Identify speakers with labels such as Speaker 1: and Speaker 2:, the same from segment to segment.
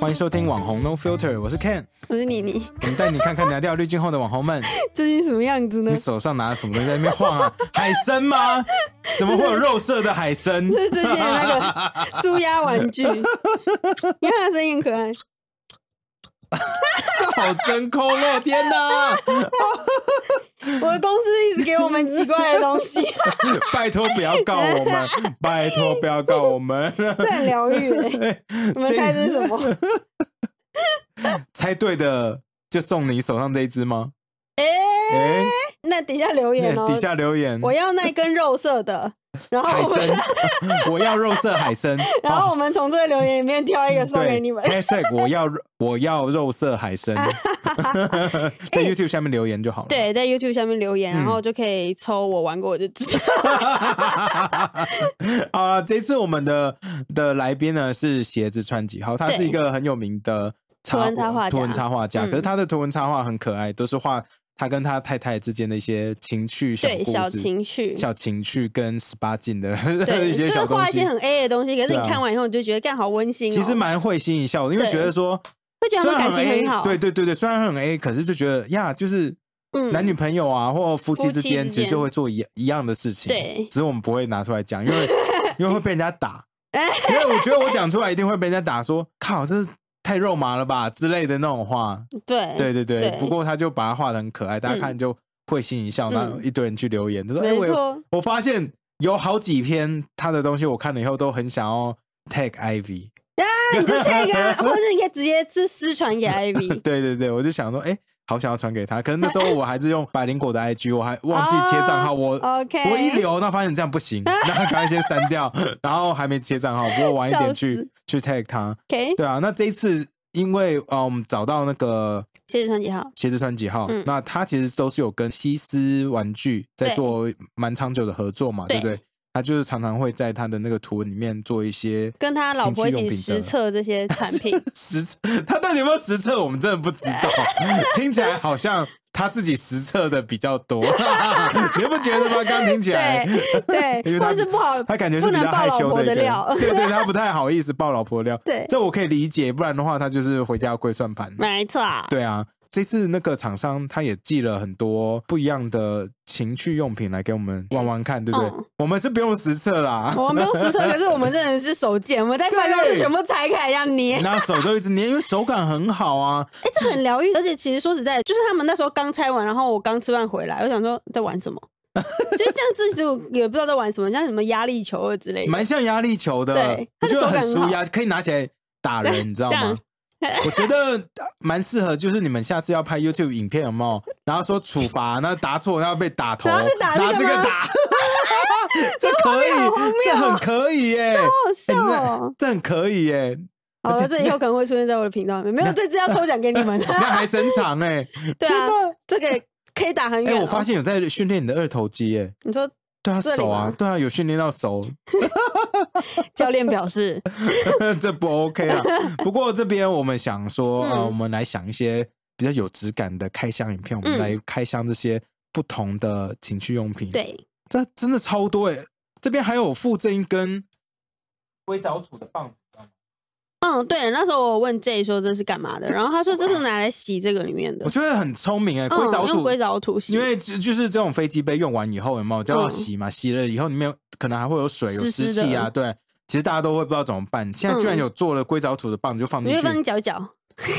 Speaker 1: 欢迎收
Speaker 2: 哎
Speaker 1: 听网红 No Filter，我是 Ken，
Speaker 2: 我是妮妮，
Speaker 1: 我们带你看看拿掉滤镜后的网红 们，
Speaker 2: 究竟什么样子呢
Speaker 1: 你？手上拿着什么东西在那边晃啊？海参吗？怎么会有肉色的海参？
Speaker 2: 这 是最近 的那个舒压玩具，你看它声音很可爱，
Speaker 1: 好真空哦！天哪，
Speaker 2: 我的公司一直给我们奇怪的东西，
Speaker 1: 拜托不要告我们，拜托不要告我 们。
Speaker 2: 这很疗愈欸。你们猜这是 什么？
Speaker 1: 猜对的就送你手上这一只吗？
Speaker 2: 哎、
Speaker 1: 哎、
Speaker 2: 那底下留言哦、
Speaker 1: 底下留言，
Speaker 2: 我要那根肉色的，然后
Speaker 1: 海
Speaker 2: 我们，
Speaker 1: 参，我要肉色海参。哦
Speaker 2: 然后我们从这个留言里面挑一个送
Speaker 1: 嗯对
Speaker 2: 给你们。
Speaker 1: ，#hashtag 我要我要肉色海参，在 YouTube 下面留言就好了。，
Speaker 2: 对，在 YouTube 下面留言，然
Speaker 1: 嗯
Speaker 2: 后就可以抽我玩过我就知道。
Speaker 1: 好了，这次我们的的来宾呢是鞋子穿几号，他
Speaker 2: 对
Speaker 1: 是一个很有名的插
Speaker 2: 图文插画家
Speaker 1: 图文插画家，
Speaker 2: 嗯
Speaker 1: 可是他的图文插画很可爱，都是画他跟他太太之间的一些情趣小
Speaker 2: 对，
Speaker 1: 故
Speaker 2: 小
Speaker 1: 事、
Speaker 2: 情绪，
Speaker 1: 小情趣跟十八禁的
Speaker 2: 对，
Speaker 1: 一
Speaker 2: 就
Speaker 1: 些
Speaker 2: 是
Speaker 1: 小东
Speaker 2: 画一
Speaker 1: 西
Speaker 2: 些。很 A 的东西，可是
Speaker 1: 对
Speaker 2: 你
Speaker 1: 啊
Speaker 2: 看完以后你就觉得干好温馨、哦。
Speaker 1: 其实蛮会心一笑的，因为
Speaker 2: 对
Speaker 1: 觉得说
Speaker 2: 会觉得
Speaker 1: 虽
Speaker 2: 他
Speaker 1: 然
Speaker 2: 们感
Speaker 1: 很
Speaker 2: 情
Speaker 1: A，
Speaker 2: 很好，啊
Speaker 1: 对对对对，虽然很 A，可是就觉得呀，就是
Speaker 2: 嗯
Speaker 1: 男女朋友啊，或夫妻
Speaker 2: 夫
Speaker 1: 之
Speaker 2: 妻
Speaker 1: 间，
Speaker 2: 之
Speaker 1: 其实就
Speaker 2: 间
Speaker 1: 会做一一样的事情。
Speaker 2: 对
Speaker 1: 只是我们不会拿出来讲， 因为因为会被人家打。
Speaker 2: 哎
Speaker 1: 因为我觉得我讲出来一定会被人家打说，靠，这是太肉麻了吧之类的那种话。
Speaker 2: 对
Speaker 1: 对对对，
Speaker 2: 嗯对
Speaker 1: 不过他就把它画的很可爱，大家看就会心一笑。那、
Speaker 2: 嗯
Speaker 1: 一堆人去留言，就说：“哎、
Speaker 2: 没
Speaker 1: 我有
Speaker 2: 错，
Speaker 1: 我发现有好几篇他的东西，我看了以后都很想要 tag Ivy。
Speaker 2: 那你就这 个啊，或者你可以直接就私传给 Ivy。
Speaker 1: 对对对，我就想说，哎、好想要传给他。可能那时候我还是用百灵果的 IG，我还忘记切账号，我
Speaker 2: 哦 OK，
Speaker 1: 我一留，那发现这样不 行，那赶快先删掉，然后还没接账号，不过晚一点
Speaker 2: 笑
Speaker 1: 去去 tag 他。
Speaker 2: OK，
Speaker 1: 对啊，那这一次因为呃，我们找到那个
Speaker 2: 谢谢川几号，
Speaker 1: 鞋子穿几号，
Speaker 2: 嗯
Speaker 1: 那他其实都是有跟西斯玩具在
Speaker 2: 对
Speaker 1: 做蛮长久的合作嘛，对不
Speaker 2: 对
Speaker 1: 对？他就是常常会在他的那个图文里面做一些
Speaker 2: 跟他老婆一起实测这些产 品，
Speaker 1: 实测，他到底有没有实测，我们真的不知道。 听起来好像他自己实测的比较 多，你不觉得吗？刚听起来
Speaker 2: 对。对，或者是不好，
Speaker 1: 他感觉是
Speaker 2: 不
Speaker 1: 比
Speaker 2: 能
Speaker 1: 较
Speaker 2: 爆
Speaker 1: 害
Speaker 2: 老
Speaker 1: 羞
Speaker 2: 婆
Speaker 1: 一个
Speaker 2: 的
Speaker 1: 人，
Speaker 2: 料
Speaker 1: 对对，他不太好意思爆老婆料，
Speaker 2: 对
Speaker 1: 这我可以理解，不然的话他就是回家跪算盘。
Speaker 2: 没错，
Speaker 1: 对啊，这次那个厂商他也寄了很多不一样的情趣用品来给我们玩玩看，对不对？
Speaker 2: 嗯哦
Speaker 1: 我们是不用实测啦，
Speaker 2: 我们没有实测，可是我们真的是手贱，我们在办公室全部拆开一样 捏。
Speaker 1: 拿手都一直捏，因为手感很好啊。
Speaker 2: 哎，这很疗愈，而且其实说实在，就是他们那时候刚拆完，然后我刚吃饭回来，我 想说在玩什么，就这样子就也不知道在玩什么，像什么压力球啊之类的，
Speaker 1: 蛮像压力球的
Speaker 2: 对，
Speaker 1: 我
Speaker 2: 它的
Speaker 1: 觉得
Speaker 2: 手感
Speaker 1: 很
Speaker 2: 很
Speaker 1: 舒
Speaker 2: 好
Speaker 1: 压，可以拿起来打人，你知道
Speaker 2: 这
Speaker 1: 吗
Speaker 2: 样？
Speaker 1: 我觉得蛮适合，就是你们下次要拍 YouTube 影片有没有？然后说处罚，然后答错，然后被打头，
Speaker 2: 然后是打这个
Speaker 1: 拿这个
Speaker 2: 吗
Speaker 1: 打，这可以，这
Speaker 2: 哦
Speaker 1: 很可以耶、
Speaker 2: 好笑
Speaker 1: 哎
Speaker 2: 哦
Speaker 1: 那。这很可以耶、
Speaker 2: 好
Speaker 1: 而且
Speaker 2: 哦了，这以后可能会出现在我的频道里面。没有，这次要抽奖给你们。
Speaker 1: 那 还伸长哎、
Speaker 2: 对
Speaker 1: 真
Speaker 2: 啊
Speaker 1: 的，
Speaker 2: 这个可以打很
Speaker 1: 哎、
Speaker 2: 远哦。
Speaker 1: 我发现有在训练你的二头肌耶、
Speaker 2: 你说
Speaker 1: 对啊，
Speaker 2: 这里
Speaker 1: 手啊
Speaker 2: 吗，
Speaker 1: 对啊，有训练到手，
Speaker 2: 教练表示，
Speaker 1: 这不 OK 啊。不过这边我们想说，呃，
Speaker 2: 嗯
Speaker 1: 我们来想一些比较有质感的开箱影片，我们
Speaker 2: 嗯
Speaker 1: 来开箱这些不同的情趣用品。，
Speaker 2: 对，
Speaker 1: 这真的超多哎、这边还有附赠一根硅藻土的棒子，
Speaker 2: 嗯，对。那时候我问 J 说这是干嘛的，然后他说这是拿来洗这个里面的
Speaker 1: 我，觉得很聪明哎、
Speaker 2: 嗯
Speaker 1: 硅藻
Speaker 2: 用
Speaker 1: 土。
Speaker 2: 硅藻土洗，
Speaker 1: 因为就就是这种飞机杯用完以后有没有就要
Speaker 2: 嗯
Speaker 1: 洗嘛？洗了以后里面有可能还会有水、有
Speaker 2: 湿湿
Speaker 1: 湿
Speaker 2: 的嗯
Speaker 1: 气啊。对，其实大家都会不知道怎么办。现在居然有做了硅藻土的棒子，就放
Speaker 2: 你
Speaker 1: 进
Speaker 2: 就
Speaker 1: 去，
Speaker 2: 帮你搅一搅。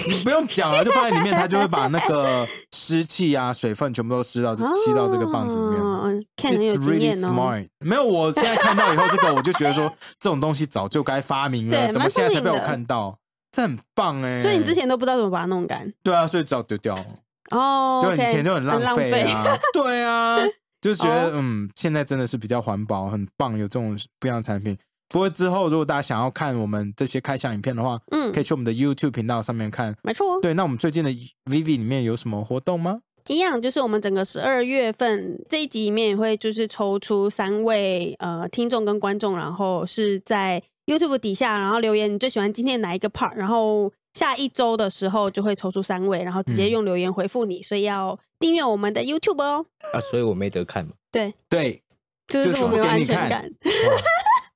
Speaker 1: 你不用讲了，就放在里面，它就会把那个湿气啊、水分全部都湿到这吸到这个棒子里面。
Speaker 2: 面，哦嗯看很
Speaker 1: It's
Speaker 2: 有经
Speaker 1: really
Speaker 2: 验哦。
Speaker 1: smart。没有，我现在看到以后，这个我就觉得说，这种东西早就该发明了，
Speaker 2: 对
Speaker 1: 怎么现在才被我
Speaker 2: 蛮聪明的
Speaker 1: 看到？这很棒哎！
Speaker 2: 所以你之前都不知道怎么把它弄干
Speaker 1: 对啊，所以早丢掉了。
Speaker 2: 哦。
Speaker 1: 对，啊
Speaker 2: OK，
Speaker 1: 以前就很浪费
Speaker 2: 费。
Speaker 1: 啊， 对啊，就觉得
Speaker 2: 哦
Speaker 1: 嗯，现在真的是比较环保，很棒，有这种不一样的产品。不过之后如果大家想要看我们这些开箱影片的话，
Speaker 2: 嗯
Speaker 1: 可，以去我们的 YouTube 频道上面看。
Speaker 2: 没错。哦
Speaker 1: 对，那我们最近的 Vivi 里面有什么活动吗？
Speaker 2: 一样，就是我们整个十二月份这一集里面也会就是抽出三位呃听众跟观众，然后是在 YouTube 底下，然后留言你最喜欢今天哪一个 part，然后下一周的时候就会抽出三位，然后直
Speaker 1: 嗯
Speaker 2: 接用留言回复你，所以要订阅我们的 YouTube 哦。
Speaker 3: 啊，所以我没得看嘛。
Speaker 2: 对，
Speaker 1: 对，
Speaker 2: 就是这么没有安全感。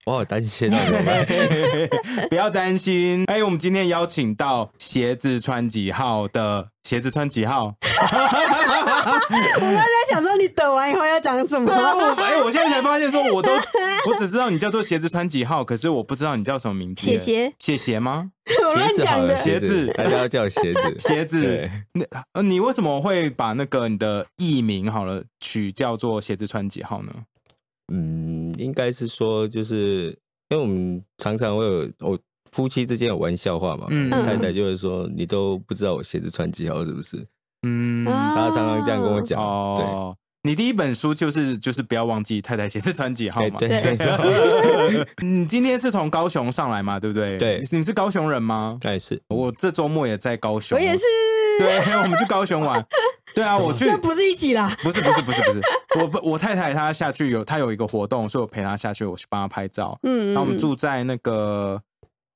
Speaker 1: 哇
Speaker 3: 我好担心哦。怎么 办
Speaker 1: 不要担心。哎、我们今天邀请到鞋子穿几号的鞋子穿几号？
Speaker 4: 我刚才想说你等完以后要讲什么
Speaker 1: 对？啊， 我哎、我现在才发现，说我都我只知道你叫做鞋子穿几号，可是我不知道你叫什么名字。
Speaker 2: 谢谢
Speaker 1: 谢谢吗？
Speaker 4: 我乱
Speaker 3: 鞋子好
Speaker 4: 讲的
Speaker 3: 了，
Speaker 1: 鞋子
Speaker 3: 大家要叫我鞋子。
Speaker 1: 鞋子
Speaker 3: 对，
Speaker 1: 那呃你为什么会把那个你的艺名好了取叫做鞋子穿几号呢？
Speaker 3: 嗯，应该是说，就是因为我们常常会有我夫妻之间有玩笑话嘛，
Speaker 1: 嗯
Speaker 3: 太太就会说你都不知道我鞋子穿几号是不是？
Speaker 1: 嗯，
Speaker 2: 啊
Speaker 3: 她常常这样跟我讲，对。
Speaker 1: 哦，你第一本书就是就是不要忘记太太鞋子穿几号
Speaker 3: 哎
Speaker 1: 嘛。
Speaker 3: 对，
Speaker 2: 对
Speaker 3: 没错，
Speaker 1: 你今天是从高雄上来嘛，对不对？
Speaker 3: 对
Speaker 1: 你是高雄人吗？
Speaker 3: 那也是
Speaker 1: 我这周末也在高雄，
Speaker 4: 我也是，
Speaker 1: 对， 我们去高雄玩。对啊，我去
Speaker 4: 那不是一起啦。
Speaker 1: 不是不是不是不是，我不我太太她下去有她有一个活动，所以我陪她下去，我去帮她拍照。
Speaker 2: 嗯，
Speaker 1: 然后我们住在那个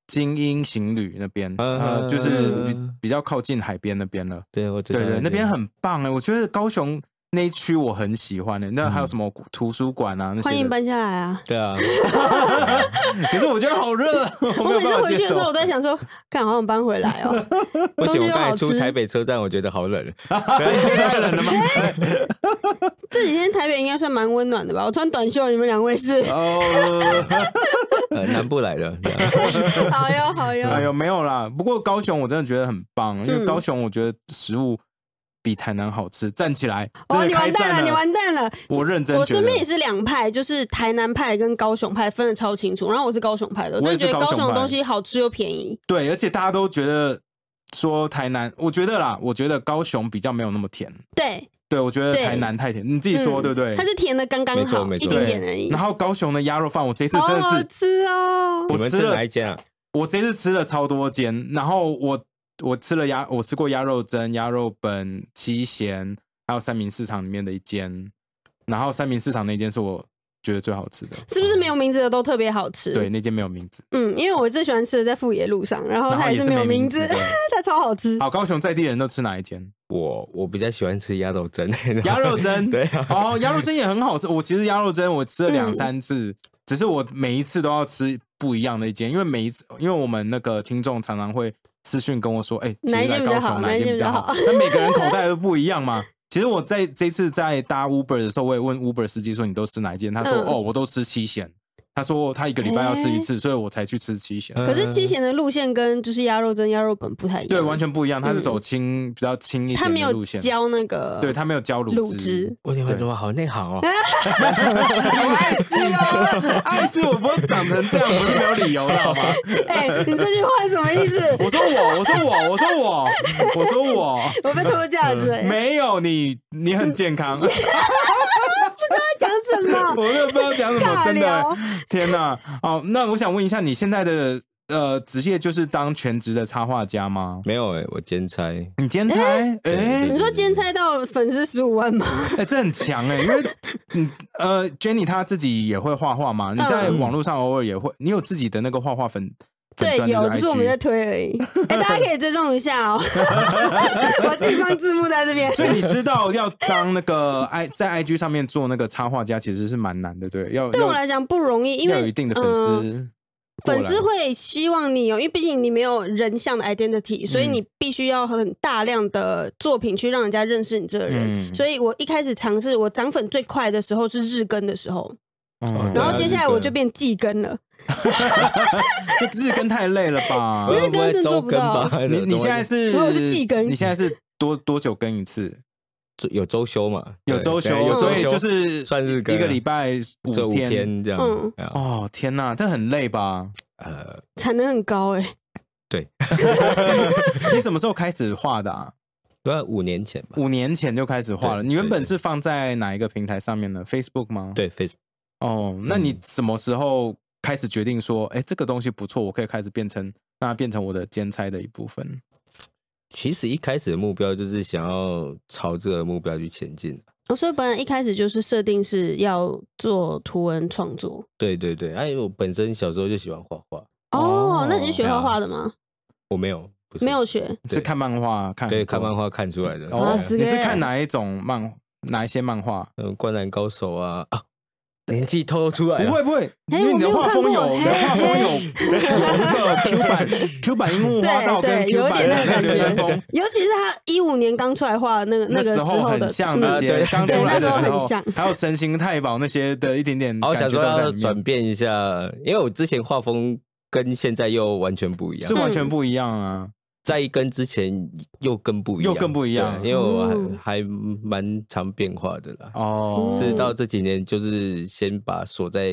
Speaker 1: 精英行旅那边，
Speaker 3: 嗯
Speaker 1: 呃，就是比
Speaker 3: 嗯
Speaker 1: 比较靠近海边那边了。
Speaker 3: 对，我知道
Speaker 1: 对对，那边很棒哎，我觉得高雄那一区我很喜欢的。
Speaker 3: 嗯
Speaker 1: 那还有什么图书馆啊那
Speaker 2: 欢
Speaker 1: 些
Speaker 2: 迎
Speaker 1: 的？
Speaker 2: 搬下来啊！
Speaker 3: 对啊，
Speaker 1: 可是我觉得好 热，我
Speaker 2: 我
Speaker 1: 没有
Speaker 2: 每次
Speaker 1: 办法
Speaker 2: 回
Speaker 1: 接
Speaker 2: 去的时候，
Speaker 1: 受
Speaker 2: 我。都在 想说，看好想搬回来哦。
Speaker 3: 不
Speaker 2: 东西
Speaker 3: 行，我
Speaker 2: 又
Speaker 3: 刚才
Speaker 2: 好
Speaker 3: 出
Speaker 2: 吃
Speaker 3: 台北车站，我觉得 好冷，
Speaker 1: 你觉得太冷了吗？？
Speaker 2: 这几天台北应该算蛮温暖的吧？我穿短袖，你们两位是
Speaker 1: 哦，
Speaker 3: 呃，南部来了，这样
Speaker 2: 好哟好哟，
Speaker 1: 哎呦，没有啦。不过高雄我真的觉得很棒，因为
Speaker 2: 嗯
Speaker 1: 高雄我觉得食物比台南好吃。站起来，真
Speaker 2: 哦，
Speaker 1: 的
Speaker 2: 你
Speaker 1: 开
Speaker 2: 完
Speaker 1: 战
Speaker 2: 蛋了，你完蛋了！
Speaker 1: 我认真
Speaker 2: 我
Speaker 1: 觉
Speaker 2: 身边也
Speaker 1: 得，
Speaker 2: 是两派，就是台南派跟高雄派分的超清楚。然后我是高雄派的，我
Speaker 1: 我
Speaker 2: 真
Speaker 1: 也
Speaker 2: 的
Speaker 1: 是
Speaker 2: 觉
Speaker 1: 高
Speaker 2: 得高
Speaker 1: 雄
Speaker 2: 雄的
Speaker 1: 派
Speaker 2: 东西好吃又便宜。
Speaker 1: 对，而且大家都觉得说台南，我觉得啦，我觉得高雄比较没有那么甜。
Speaker 2: 对，
Speaker 1: 对，我觉得
Speaker 2: 对
Speaker 1: 台南太甜，你自己说
Speaker 2: 嗯
Speaker 1: 对不对？
Speaker 2: 它是甜的刚刚
Speaker 3: 没错
Speaker 2: 好，
Speaker 3: 没
Speaker 2: 一
Speaker 3: 错
Speaker 2: 点点而已
Speaker 1: 然。后高雄的鸭肉饭，我这次
Speaker 4: 好
Speaker 1: 真的
Speaker 4: 好
Speaker 1: 是，
Speaker 4: 吃哦！
Speaker 1: 我
Speaker 3: 你们
Speaker 1: 吃
Speaker 3: 是
Speaker 1: 了
Speaker 3: 哪一间啊？
Speaker 1: 我这次吃了超多间，然后我我吃了鸭，我吃过鸭肉蒸、鸭肉本、七贤，还有三明市场里面的一间，然后三明市场那间是我觉得最好吃的，
Speaker 2: 是不是没有名字的都特别好吃？
Speaker 1: 对，，那间没有名字，
Speaker 2: 嗯，因为我最喜欢吃的在富野路上，然后
Speaker 1: 然后
Speaker 2: 哦它
Speaker 1: 也
Speaker 2: 是没有
Speaker 1: 没
Speaker 2: 名
Speaker 1: 字
Speaker 2: 字
Speaker 1: 的。。
Speaker 4: 它超好吃，
Speaker 1: 好，高雄在地人都吃哪一间？
Speaker 3: 我我比较喜欢吃鸭肉蒸，
Speaker 1: 鸭肉蒸
Speaker 3: 对啊，
Speaker 1: 哦，鸭肉蒸也很好吃。我其实鸭肉蒸我吃了两
Speaker 2: 嗯
Speaker 1: 三 次，只是我每一次都要吃不一样的一间，因为每一次，因为我们那个听众常常会私讯跟我说，哎、其
Speaker 2: 哪
Speaker 1: 实
Speaker 2: 一
Speaker 1: 来
Speaker 2: 间比
Speaker 1: 高
Speaker 2: 较
Speaker 1: 雄
Speaker 2: 好
Speaker 1: 哪
Speaker 2: 哪一
Speaker 1: 间
Speaker 2: 间
Speaker 1: 比
Speaker 2: 比
Speaker 1: 较
Speaker 2: 较
Speaker 1: 好
Speaker 2: 好？
Speaker 1: 那每个人口袋都不一样 嘛。其实我在这次在搭 Uber 的时候，我也问 Uber 司机说你都吃哪一间，他说、
Speaker 2: 嗯哎
Speaker 1: 哦，我都吃七贤。他说哦他一个礼拜要吃一次，所以我才去吃七贤。
Speaker 2: 可是七贤的路线跟就是鸭肉蒸、鸭肉本不太一样，
Speaker 1: 嗯对，完全不一样，他是
Speaker 2: 嗯
Speaker 1: 走轻、比较轻一
Speaker 2: 它
Speaker 1: 点
Speaker 2: 没
Speaker 1: 的
Speaker 2: 有
Speaker 1: 路线，
Speaker 2: 浇那个
Speaker 1: 对他没有浇卤
Speaker 2: 卤
Speaker 1: 汁。
Speaker 2: 汁，
Speaker 3: 呃我你们怎么好内行哦？
Speaker 1: 爱吃啊，爱吃！我不会长成这样，不是没有理由的好吗？
Speaker 4: 哎、你这句话什么意思？
Speaker 1: 我说我，我说我，我说我，我说我，
Speaker 4: 我被拖下水，
Speaker 1: 嗯没有你，你很健 康。
Speaker 4: 在讲什么？
Speaker 1: 我都不知道讲什么，
Speaker 4: 尬
Speaker 1: 真的哎
Speaker 4: 聊，
Speaker 1: 天哪！哦，那我想问一下，你现在的呃职业就是当全职的插画家吗？
Speaker 3: 没有哎，我兼差，
Speaker 1: 你兼差？哎、
Speaker 3: 对
Speaker 2: 你说兼差到粉丝十五万吗？
Speaker 1: 哎、这很强哎、因为嗯呃，Jenny 她自己也会画画嘛，你在网络上偶尔也会，你有自己的那个画画粉粉
Speaker 2: 嗯对
Speaker 1: 专，
Speaker 2: 有，
Speaker 1: 的
Speaker 2: 只是我们在
Speaker 1: IG，
Speaker 2: 推而已。 哎、大家可以追踪一下哦，
Speaker 4: 我自己放字幕在这边。
Speaker 1: 所以你知道要当那个 i 在 IG 上面做那个插画家其实是蛮难的，对，要
Speaker 2: 对我
Speaker 1: 要
Speaker 2: 来讲不容易，因
Speaker 1: 要
Speaker 2: 为
Speaker 1: 有一定的粉丝、
Speaker 2: 嗯
Speaker 1: 过
Speaker 2: 粉
Speaker 1: 来
Speaker 2: 丝会希望你有，因为毕竟你没有人像的 identity，所以
Speaker 1: 嗯
Speaker 2: 你必须要很大量的作品去让人家认识你这个人。
Speaker 1: 嗯
Speaker 2: 所以我一开始尝试我涨粉最快的时候是日更的时候，
Speaker 1: 嗯
Speaker 2: 呃然
Speaker 3: 对
Speaker 2: 后
Speaker 3: 啊
Speaker 2: 接下来
Speaker 3: 日更
Speaker 2: 我就变季更了。
Speaker 1: 日更太累了吧？
Speaker 2: 日更真做
Speaker 3: 周
Speaker 2: 不
Speaker 3: 更
Speaker 2: 到
Speaker 3: 吧？
Speaker 1: 你你现在是
Speaker 2: 我是季更
Speaker 1: 你现在是多多久更一次？
Speaker 3: 有周休嘛？
Speaker 1: 有
Speaker 3: 对
Speaker 1: 周
Speaker 3: 对
Speaker 1: 休，
Speaker 3: 有
Speaker 1: 所以
Speaker 3: 周休
Speaker 1: 就是
Speaker 3: 算日更
Speaker 1: 一
Speaker 3: 啊
Speaker 1: 个礼拜
Speaker 3: 这
Speaker 1: 五
Speaker 3: 五
Speaker 1: 天。
Speaker 3: 天这样
Speaker 2: 嗯，
Speaker 3: 对啊
Speaker 1: 哦天哪，这很累吧？
Speaker 3: 呃，
Speaker 2: 产能很高哎、
Speaker 1: 你什么时候开始画的、啊？
Speaker 3: 大概五年前吧。
Speaker 1: 五年前就开始画了。
Speaker 3: 对
Speaker 1: 你原本
Speaker 3: 对对
Speaker 1: 是放在哪一个平台上面呢？Facebook 吗？。
Speaker 3: 对，Face
Speaker 1: 哦，那你
Speaker 3: 嗯
Speaker 1: 什么时候开始决定说，哎，这个东西不错，我可以开始变成那变成我的兼差的一部分？
Speaker 3: 其实一开始的目标就是想要朝这个目标去前进。
Speaker 2: 哦所以本来一开始就是设定是要做图文创作。
Speaker 3: 对对对，哎、因为我本身小时候就喜欢画画，
Speaker 1: 哦啊
Speaker 2: 哦，那你是学画画的吗？
Speaker 3: 我没有，不是
Speaker 2: 没有学，
Speaker 3: 对
Speaker 1: 是看漫画，看
Speaker 3: 对
Speaker 1: 很多
Speaker 3: 看漫。画看出来的。
Speaker 1: 哦
Speaker 3: 对，
Speaker 1: 你是看哪一种漫？哪一些漫画？
Speaker 3: 嗯，灌篮高手啊啊，年纪透露出来了，
Speaker 1: 不会不会，
Speaker 2: 哎
Speaker 1: 因为你的
Speaker 2: 我没有
Speaker 1: 画
Speaker 2: 看
Speaker 1: 风
Speaker 2: 过
Speaker 1: 有，你的
Speaker 2: 嘿
Speaker 1: 画风有有那个 Q 版 Q 版樱木花道跟
Speaker 2: 对对
Speaker 1: Q
Speaker 2: 有
Speaker 1: 版
Speaker 2: 点那
Speaker 1: 那个
Speaker 2: 个
Speaker 1: 流
Speaker 2: 感
Speaker 1: 川
Speaker 2: 觉
Speaker 1: 枫，
Speaker 2: 尤其是他一五年刚出来画的那个
Speaker 1: 那
Speaker 2: 个时
Speaker 1: 时候
Speaker 2: 候
Speaker 1: 很
Speaker 2: 的，
Speaker 1: 像
Speaker 2: 嗯
Speaker 1: 那些
Speaker 3: 对
Speaker 1: 刚出
Speaker 2: 对
Speaker 1: 来的
Speaker 2: 那时候
Speaker 1: 时
Speaker 2: 很
Speaker 1: 候
Speaker 2: 像，
Speaker 1: 还有神行太保那些的一点点
Speaker 3: 然后
Speaker 1: 感
Speaker 3: 哦想
Speaker 1: 觉
Speaker 3: 说
Speaker 1: 都在
Speaker 3: 要
Speaker 1: 里面
Speaker 3: 转，变一下，因为我之前画风跟现在又完全不一样
Speaker 1: 是，完
Speaker 2: 嗯
Speaker 1: 全不一样啊。
Speaker 3: 在跟之前又更不一样，
Speaker 1: 又更不一样
Speaker 3: 对因为我还、
Speaker 2: 嗯
Speaker 3: 还蛮常变化的啦。
Speaker 1: 哦，
Speaker 2: 嗯
Speaker 3: 是到这几年，就是先把锁在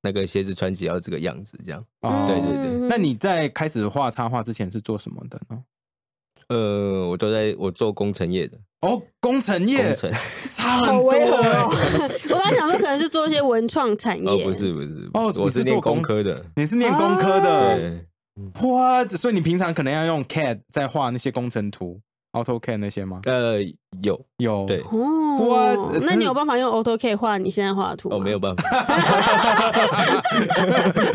Speaker 3: 那个鞋子穿起要这个样子，这样。
Speaker 2: 嗯
Speaker 1: 哦
Speaker 3: 对对对
Speaker 1: 那你在开始画插画之前是做什么的呢？
Speaker 3: 呃，我都在我做工程业的
Speaker 1: 哦，工程
Speaker 3: 工
Speaker 1: 业
Speaker 3: 程，
Speaker 1: 差
Speaker 4: 好
Speaker 1: 很多
Speaker 4: 违和
Speaker 1: 欸
Speaker 4: 哦。
Speaker 2: 我本来想说可能是做一些文创产
Speaker 3: 哦，
Speaker 2: 业，
Speaker 3: 不是不是，
Speaker 1: 哦
Speaker 3: 我
Speaker 1: 你是
Speaker 3: 是念
Speaker 1: 做工啊
Speaker 3: 工科的，
Speaker 1: 你是念工科
Speaker 2: 啊
Speaker 1: 的，
Speaker 3: 对，
Speaker 1: 哇！所以你平常可能要用 CAD 在画那些工程图，AutoCAD 那些吗？
Speaker 3: 呃，有
Speaker 1: 有，
Speaker 3: 对，
Speaker 1: 哇
Speaker 2: 哦
Speaker 1: 这，
Speaker 2: 那你有办法用 AutoCAD 画你现在画的图吗？
Speaker 3: 哦，没有办法，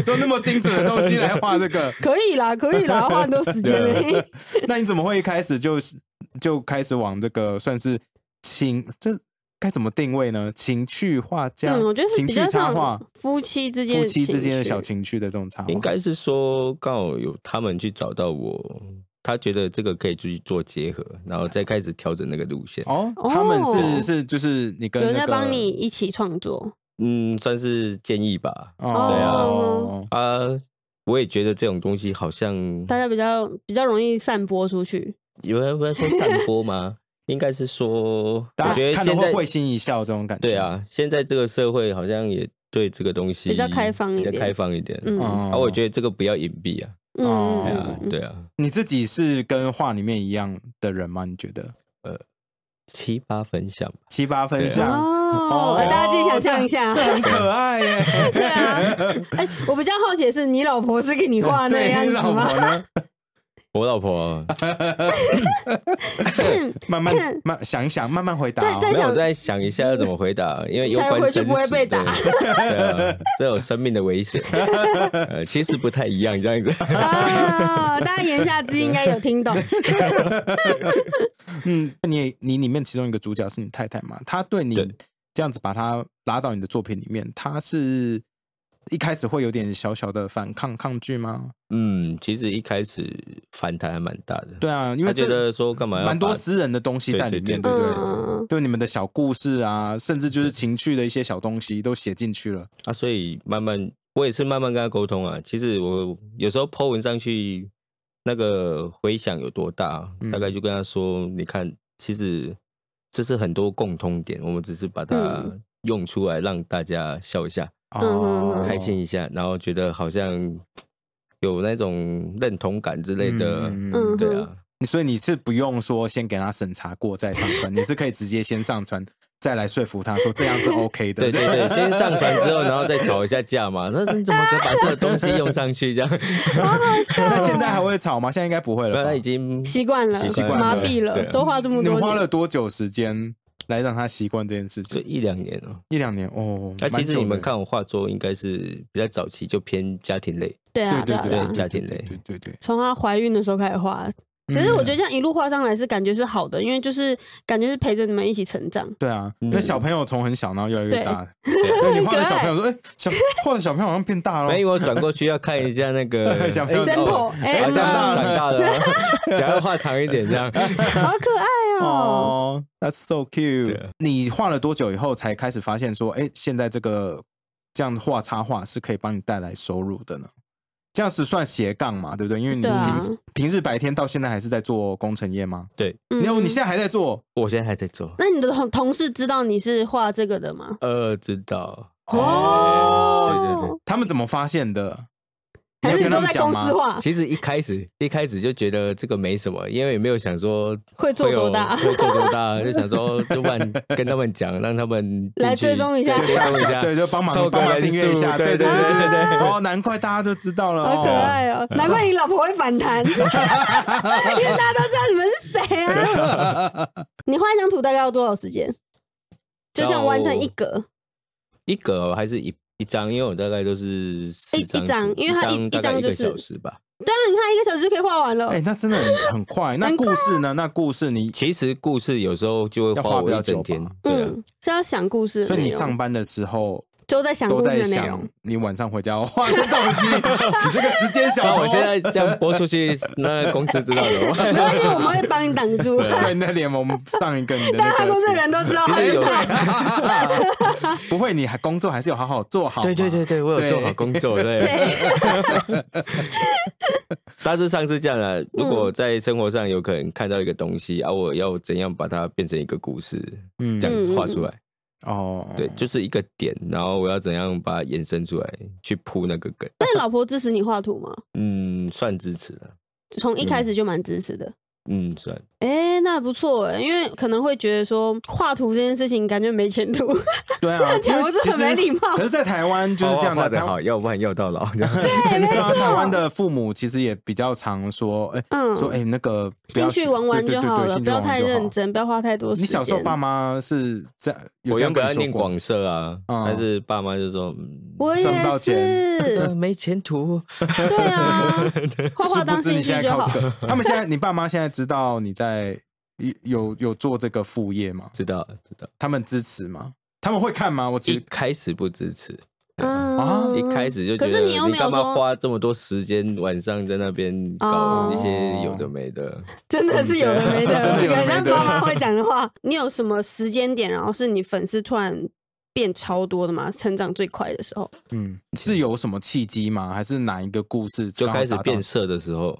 Speaker 1: 说那么精准的东西来画这个，
Speaker 4: 可以啦，可以啦，花很多时间
Speaker 2: 欸
Speaker 4: 嘞。
Speaker 1: 那你怎么会一开始就是就开始往这个算是情这该怎么定位呢？情趣画家，
Speaker 2: 嗯，我觉得是
Speaker 1: 啊情
Speaker 2: 比
Speaker 1: 趣
Speaker 2: 较
Speaker 1: 插画
Speaker 2: 像，夫妻之间
Speaker 1: 夫
Speaker 2: 的
Speaker 1: 妻之间的
Speaker 2: 情
Speaker 1: 小
Speaker 2: 绪
Speaker 1: 情趣的这种插画，
Speaker 3: 应该是说刚好有他们去找到我，他觉得这个可以去做结合，然后再开始调整那个路线。
Speaker 1: 哦。他们
Speaker 2: 哦
Speaker 1: 是是就是你跟
Speaker 2: 有人
Speaker 1: 那
Speaker 2: 在
Speaker 1: 个
Speaker 2: 帮你一起创作，
Speaker 3: 嗯，算是建议吧。对啊
Speaker 1: 哦，
Speaker 3: 啊，我也觉得这种东西好像
Speaker 2: 大家比较比较容易散播出去。
Speaker 3: 有人不是说散播吗？应该是说，
Speaker 1: 大
Speaker 3: 我觉
Speaker 1: 家
Speaker 3: 得
Speaker 1: 看了
Speaker 3: 现
Speaker 1: 会
Speaker 3: 在
Speaker 1: 会心一笑这种感觉。
Speaker 3: 对，啊，现在这个社会好像也对这个东西
Speaker 2: 比较开放一
Speaker 3: 比较
Speaker 2: 点
Speaker 3: 开放一点。
Speaker 2: 嗯
Speaker 3: 啊，我觉得这个不要隐蔽啊，
Speaker 2: 嗯
Speaker 1: 哦
Speaker 3: 对
Speaker 2: 嗯
Speaker 3: 啊
Speaker 2: 嗯，嗯，
Speaker 3: 对啊，
Speaker 1: 你自己是跟画里面一样的人吗？你觉得
Speaker 3: 七八分享吧。
Speaker 1: 七八分
Speaker 3: 对啊
Speaker 1: 像
Speaker 2: 哦，
Speaker 1: 哦
Speaker 2: 大家自己想象一下
Speaker 1: 这。很可爱耶。
Speaker 2: 对啊，
Speaker 4: 哎，我比较好奇的是，你老婆是给你画那
Speaker 1: 对
Speaker 4: 样
Speaker 1: 你
Speaker 4: 子
Speaker 1: 老婆
Speaker 4: 吗？
Speaker 1: 呢？
Speaker 3: 我老婆啊
Speaker 1: 慢 慢慢想想，慢慢回答哦。
Speaker 2: 在
Speaker 3: 没有
Speaker 2: 想
Speaker 3: 我在想一下要怎么 回答，因为攸关
Speaker 4: 才回去
Speaker 3: 生死，
Speaker 4: 不会被打
Speaker 3: 对 对啊，这有生命的危 险。呃，其实不太一样，这样子。
Speaker 2: 啊，大家言下之意应该有 听懂。
Speaker 1: 嗯，你也你里面其中一个主角是你太太嘛？她对你
Speaker 3: 对
Speaker 1: 这样子把她拉到你的作品里面，她是一开始会有点小小的反抗抗拒吗？
Speaker 3: 嗯，其实一开始反弹还蛮大的。
Speaker 1: 对啊，因为
Speaker 3: 他觉
Speaker 1: 这
Speaker 3: 得说干嘛要
Speaker 1: 蛮多
Speaker 3: 把
Speaker 1: 私人的东西在里面，
Speaker 3: 对
Speaker 1: 不
Speaker 3: 对
Speaker 2: 嗯，
Speaker 1: 就你们的小故事啊，甚至就是情趣的一些小东西都写进去了。
Speaker 3: 啊，所以慢慢我也是慢慢跟他沟通啊。其实我有时候 Po 文上去，那个回响有多大，
Speaker 1: 嗯
Speaker 3: 大概就跟他说，你看，其实这是很多共通点，我们只是把它
Speaker 2: 嗯
Speaker 3: 用出来让大家笑一下、
Speaker 2: 嗯
Speaker 1: 哦，
Speaker 3: 开心一下，然后觉得好像有那种认同感之类的。
Speaker 1: 嗯嗯
Speaker 2: 嗯，
Speaker 3: 对啊，
Speaker 1: 所以你是不用说先给他审查过再上 传，你是可以直接先上传，再来说服他说这样是 OK 的。
Speaker 3: 对对对，先上传之后，然后再吵一下架嘛。那是你怎么可以把这个东西用上去？这样，
Speaker 1: 那现在还会吵吗？现在应该不会了
Speaker 3: 那
Speaker 1: 吧。
Speaker 3: 他已经
Speaker 2: 习惯了，
Speaker 3: 习
Speaker 1: 惯了
Speaker 2: 麻痹了
Speaker 3: 对，啊
Speaker 2: 都画这么
Speaker 1: 你
Speaker 2: 多
Speaker 1: 们花
Speaker 2: 年
Speaker 1: 了，多久时间来让他习惯这件事
Speaker 3: 就
Speaker 1: 情？
Speaker 3: 一两年了。
Speaker 1: 一两年哦。
Speaker 3: 那其
Speaker 1: 蛮久
Speaker 3: 实
Speaker 1: 的
Speaker 3: 你们，看我画作，应该是比较早期，就偏家庭类。
Speaker 2: 对
Speaker 1: 对
Speaker 2: 啊，
Speaker 1: 对
Speaker 2: 啊，
Speaker 1: 对
Speaker 2: 啊
Speaker 1: 对，
Speaker 3: 家庭类
Speaker 1: 对嗯对对。
Speaker 2: 从她怀孕的时候开始画，可是我觉
Speaker 1: 得
Speaker 2: 得这样一路画上来是感觉是好的，因为就是感觉是陪着你们一起成 长。
Speaker 1: 对啊，
Speaker 3: 嗯
Speaker 1: 那小朋友从很小，然后越来越大。
Speaker 3: 对
Speaker 1: 对你画的
Speaker 2: 很可
Speaker 1: 小
Speaker 2: 爱
Speaker 1: 朋友说，哎，小画的小朋友好像变大了。哦
Speaker 3: 没有，我转过去要看一下那 个哦
Speaker 1: 想不到
Speaker 2: Sample，哎
Speaker 3: 好像
Speaker 1: 长大了
Speaker 3: 长大 了，想要画长一点这样。
Speaker 2: 好可爱哦！
Speaker 1: 哦，That's so
Speaker 3: 对
Speaker 1: cute
Speaker 3: 啊。
Speaker 1: 你画了多久以后才开始发现说，哎，现在这个这样画插画是可以帮你带来收入的呢？这样是算斜杠嘛，对不对？因为你
Speaker 2: 对啊
Speaker 1: 平平日白天到现在还是在做工程业吗？
Speaker 3: 对，
Speaker 1: 你哦，
Speaker 2: 嗯
Speaker 1: 你现在还在做？
Speaker 3: 我现在还在做。
Speaker 2: 那你的同同事知道你是画这个的吗？
Speaker 3: 呃，知道，
Speaker 2: 哦，
Speaker 1: 他们怎么发现的？你
Speaker 2: 还
Speaker 1: 有
Speaker 2: 是
Speaker 1: 跟他
Speaker 2: 你都
Speaker 1: 们
Speaker 2: 在
Speaker 1: 讲
Speaker 2: 公
Speaker 1: 吗
Speaker 2: 司？画？
Speaker 3: 其实一开始一开始就觉得这个没什么，因为也没有想说
Speaker 2: 会做
Speaker 3: 有
Speaker 2: 多大
Speaker 1: 哦
Speaker 3: 会做多大，就想说就 不然跟他们讲，让他们进
Speaker 2: 来
Speaker 3: 去
Speaker 2: 追踪一下
Speaker 3: 追
Speaker 1: 就
Speaker 3: 踪一
Speaker 1: 像
Speaker 3: 下，
Speaker 1: 对，就帮忙
Speaker 3: 凑个
Speaker 1: 帮忙订阅一下，
Speaker 3: 人
Speaker 1: 对对对
Speaker 3: 数
Speaker 1: 对
Speaker 3: 对
Speaker 1: 对。哦，难怪大家就知道了，
Speaker 2: 好可
Speaker 1: 哦。
Speaker 2: 爱哦！
Speaker 4: 难怪你老婆会反 弹，因为大家都知道你们是谁啊。
Speaker 2: 你画一张图大概要多少时间？就像完成一格
Speaker 3: 一格还是一一张？因为我大概都是
Speaker 2: 一
Speaker 3: 一
Speaker 2: 一张因为它一
Speaker 3: 一
Speaker 2: 一张
Speaker 3: 大概
Speaker 2: 就
Speaker 3: 个
Speaker 2: 是
Speaker 3: 小时吧。
Speaker 2: 那啊你看一个小时就可以画完了
Speaker 1: 哎，。那真的很很快。那
Speaker 2: 很
Speaker 1: 故事呢？那故事你，
Speaker 3: 其实故事有时候就会
Speaker 1: 要花
Speaker 3: 花
Speaker 1: 比
Speaker 3: 我
Speaker 1: 较
Speaker 3: 一整
Speaker 1: 久
Speaker 3: 天
Speaker 1: 吧，
Speaker 3: 对啊，
Speaker 2: 嗯嗯，是要想故事的内容。
Speaker 1: 所以你上班的时候
Speaker 2: 都在想
Speaker 1: 都
Speaker 2: 故事
Speaker 1: 在
Speaker 2: 的内容
Speaker 1: 想。你晚上回家 要画的东西，你这个时间小
Speaker 3: 那
Speaker 1: 偷，
Speaker 3: 我现在这样播出 去，那公司知道有吗？
Speaker 2: 没关系，我们会帮你挡住。
Speaker 1: 对你的脸，我们上一个你的
Speaker 2: 大家
Speaker 1: 那
Speaker 2: 公司的
Speaker 1: 个，
Speaker 2: 人都知道他
Speaker 3: 其实
Speaker 2: 是
Speaker 3: 有
Speaker 2: 大
Speaker 1: 不会，你还工作还是有好好做好。
Speaker 3: 对对对，对，我有做好工作，对。大致上是这样的。如果在生活上有可能看到一个东西
Speaker 2: 嗯
Speaker 3: 啊，我要怎样把它变成一个故事，
Speaker 1: 嗯
Speaker 3: 这样画出来？
Speaker 2: 嗯
Speaker 1: 哦，
Speaker 3: 对，就是一个点，然后我要怎样把它延伸出来，去铺那个梗。
Speaker 2: 那你老婆支持你画图吗？
Speaker 3: 嗯，算支持了。
Speaker 2: 从一开始就蛮支持的。
Speaker 3: 嗯，算。
Speaker 2: 哎、那不错哎，因为可能会觉得说画图这件事情感觉没前途，
Speaker 1: 对啊，
Speaker 2: 讲我
Speaker 1: 其实
Speaker 2: 是很没礼貌
Speaker 1: 可是，在台湾就是这样
Speaker 3: 画
Speaker 1: 的，
Speaker 3: 的
Speaker 1: 台湾
Speaker 3: 好，要不然要 到老。
Speaker 1: 然后台湾的父母其实也比较常说，哎、
Speaker 2: 嗯
Speaker 1: 说哎、那个不
Speaker 2: 兴
Speaker 1: 要
Speaker 2: 趣玩玩
Speaker 1: 对
Speaker 2: 就
Speaker 1: 对对
Speaker 2: 好
Speaker 1: 对
Speaker 2: 了，
Speaker 1: 兴
Speaker 2: 不
Speaker 1: 趣
Speaker 2: 要
Speaker 1: 玩玩
Speaker 2: 太
Speaker 1: 就好
Speaker 2: 认。真，不要花太多时间。
Speaker 1: 你小时候爸妈是这样，有
Speaker 3: 我
Speaker 1: 这样
Speaker 3: 原
Speaker 1: 跟
Speaker 3: 本要
Speaker 1: 你说
Speaker 3: 念
Speaker 1: 过吗
Speaker 3: 广社啊，
Speaker 1: 嗯
Speaker 3: 但是爸妈就说，嗯
Speaker 2: 我也
Speaker 1: 赚不到
Speaker 2: 是，
Speaker 3: 呃 没前途。
Speaker 2: 对啊，画画当
Speaker 1: 殊不知
Speaker 2: 兴
Speaker 1: 你
Speaker 2: 趣
Speaker 1: 现
Speaker 2: 就
Speaker 1: 在靠
Speaker 2: 好
Speaker 1: 这。 个，他们现在你爸妈现在知道你在有有有做这个副业吗？
Speaker 3: 知道了知道了，
Speaker 1: 他们支持吗？他们会看吗？我其
Speaker 3: 一
Speaker 1: 实
Speaker 3: 开始不支持，
Speaker 2: 嗯
Speaker 1: 啊
Speaker 3: 一开始就觉
Speaker 2: 可是
Speaker 3: 得
Speaker 2: 你又没有
Speaker 3: 干嘛
Speaker 2: 说
Speaker 3: 花这么多时间晚上在那边
Speaker 2: 哦
Speaker 3: 搞一些有的没的？
Speaker 2: 真的是有的没
Speaker 1: 哦是真的
Speaker 2: 的，
Speaker 1: 有的没的
Speaker 2: 人家爸妈会讲的 话。你有什么时间点，然后是你粉丝突然变超多的吗？成长最快的时候？
Speaker 1: 嗯是有什么契机吗？还是哪一个故事
Speaker 3: 就
Speaker 1: 刚好
Speaker 3: 开始
Speaker 1: 达到
Speaker 3: 变色的时候，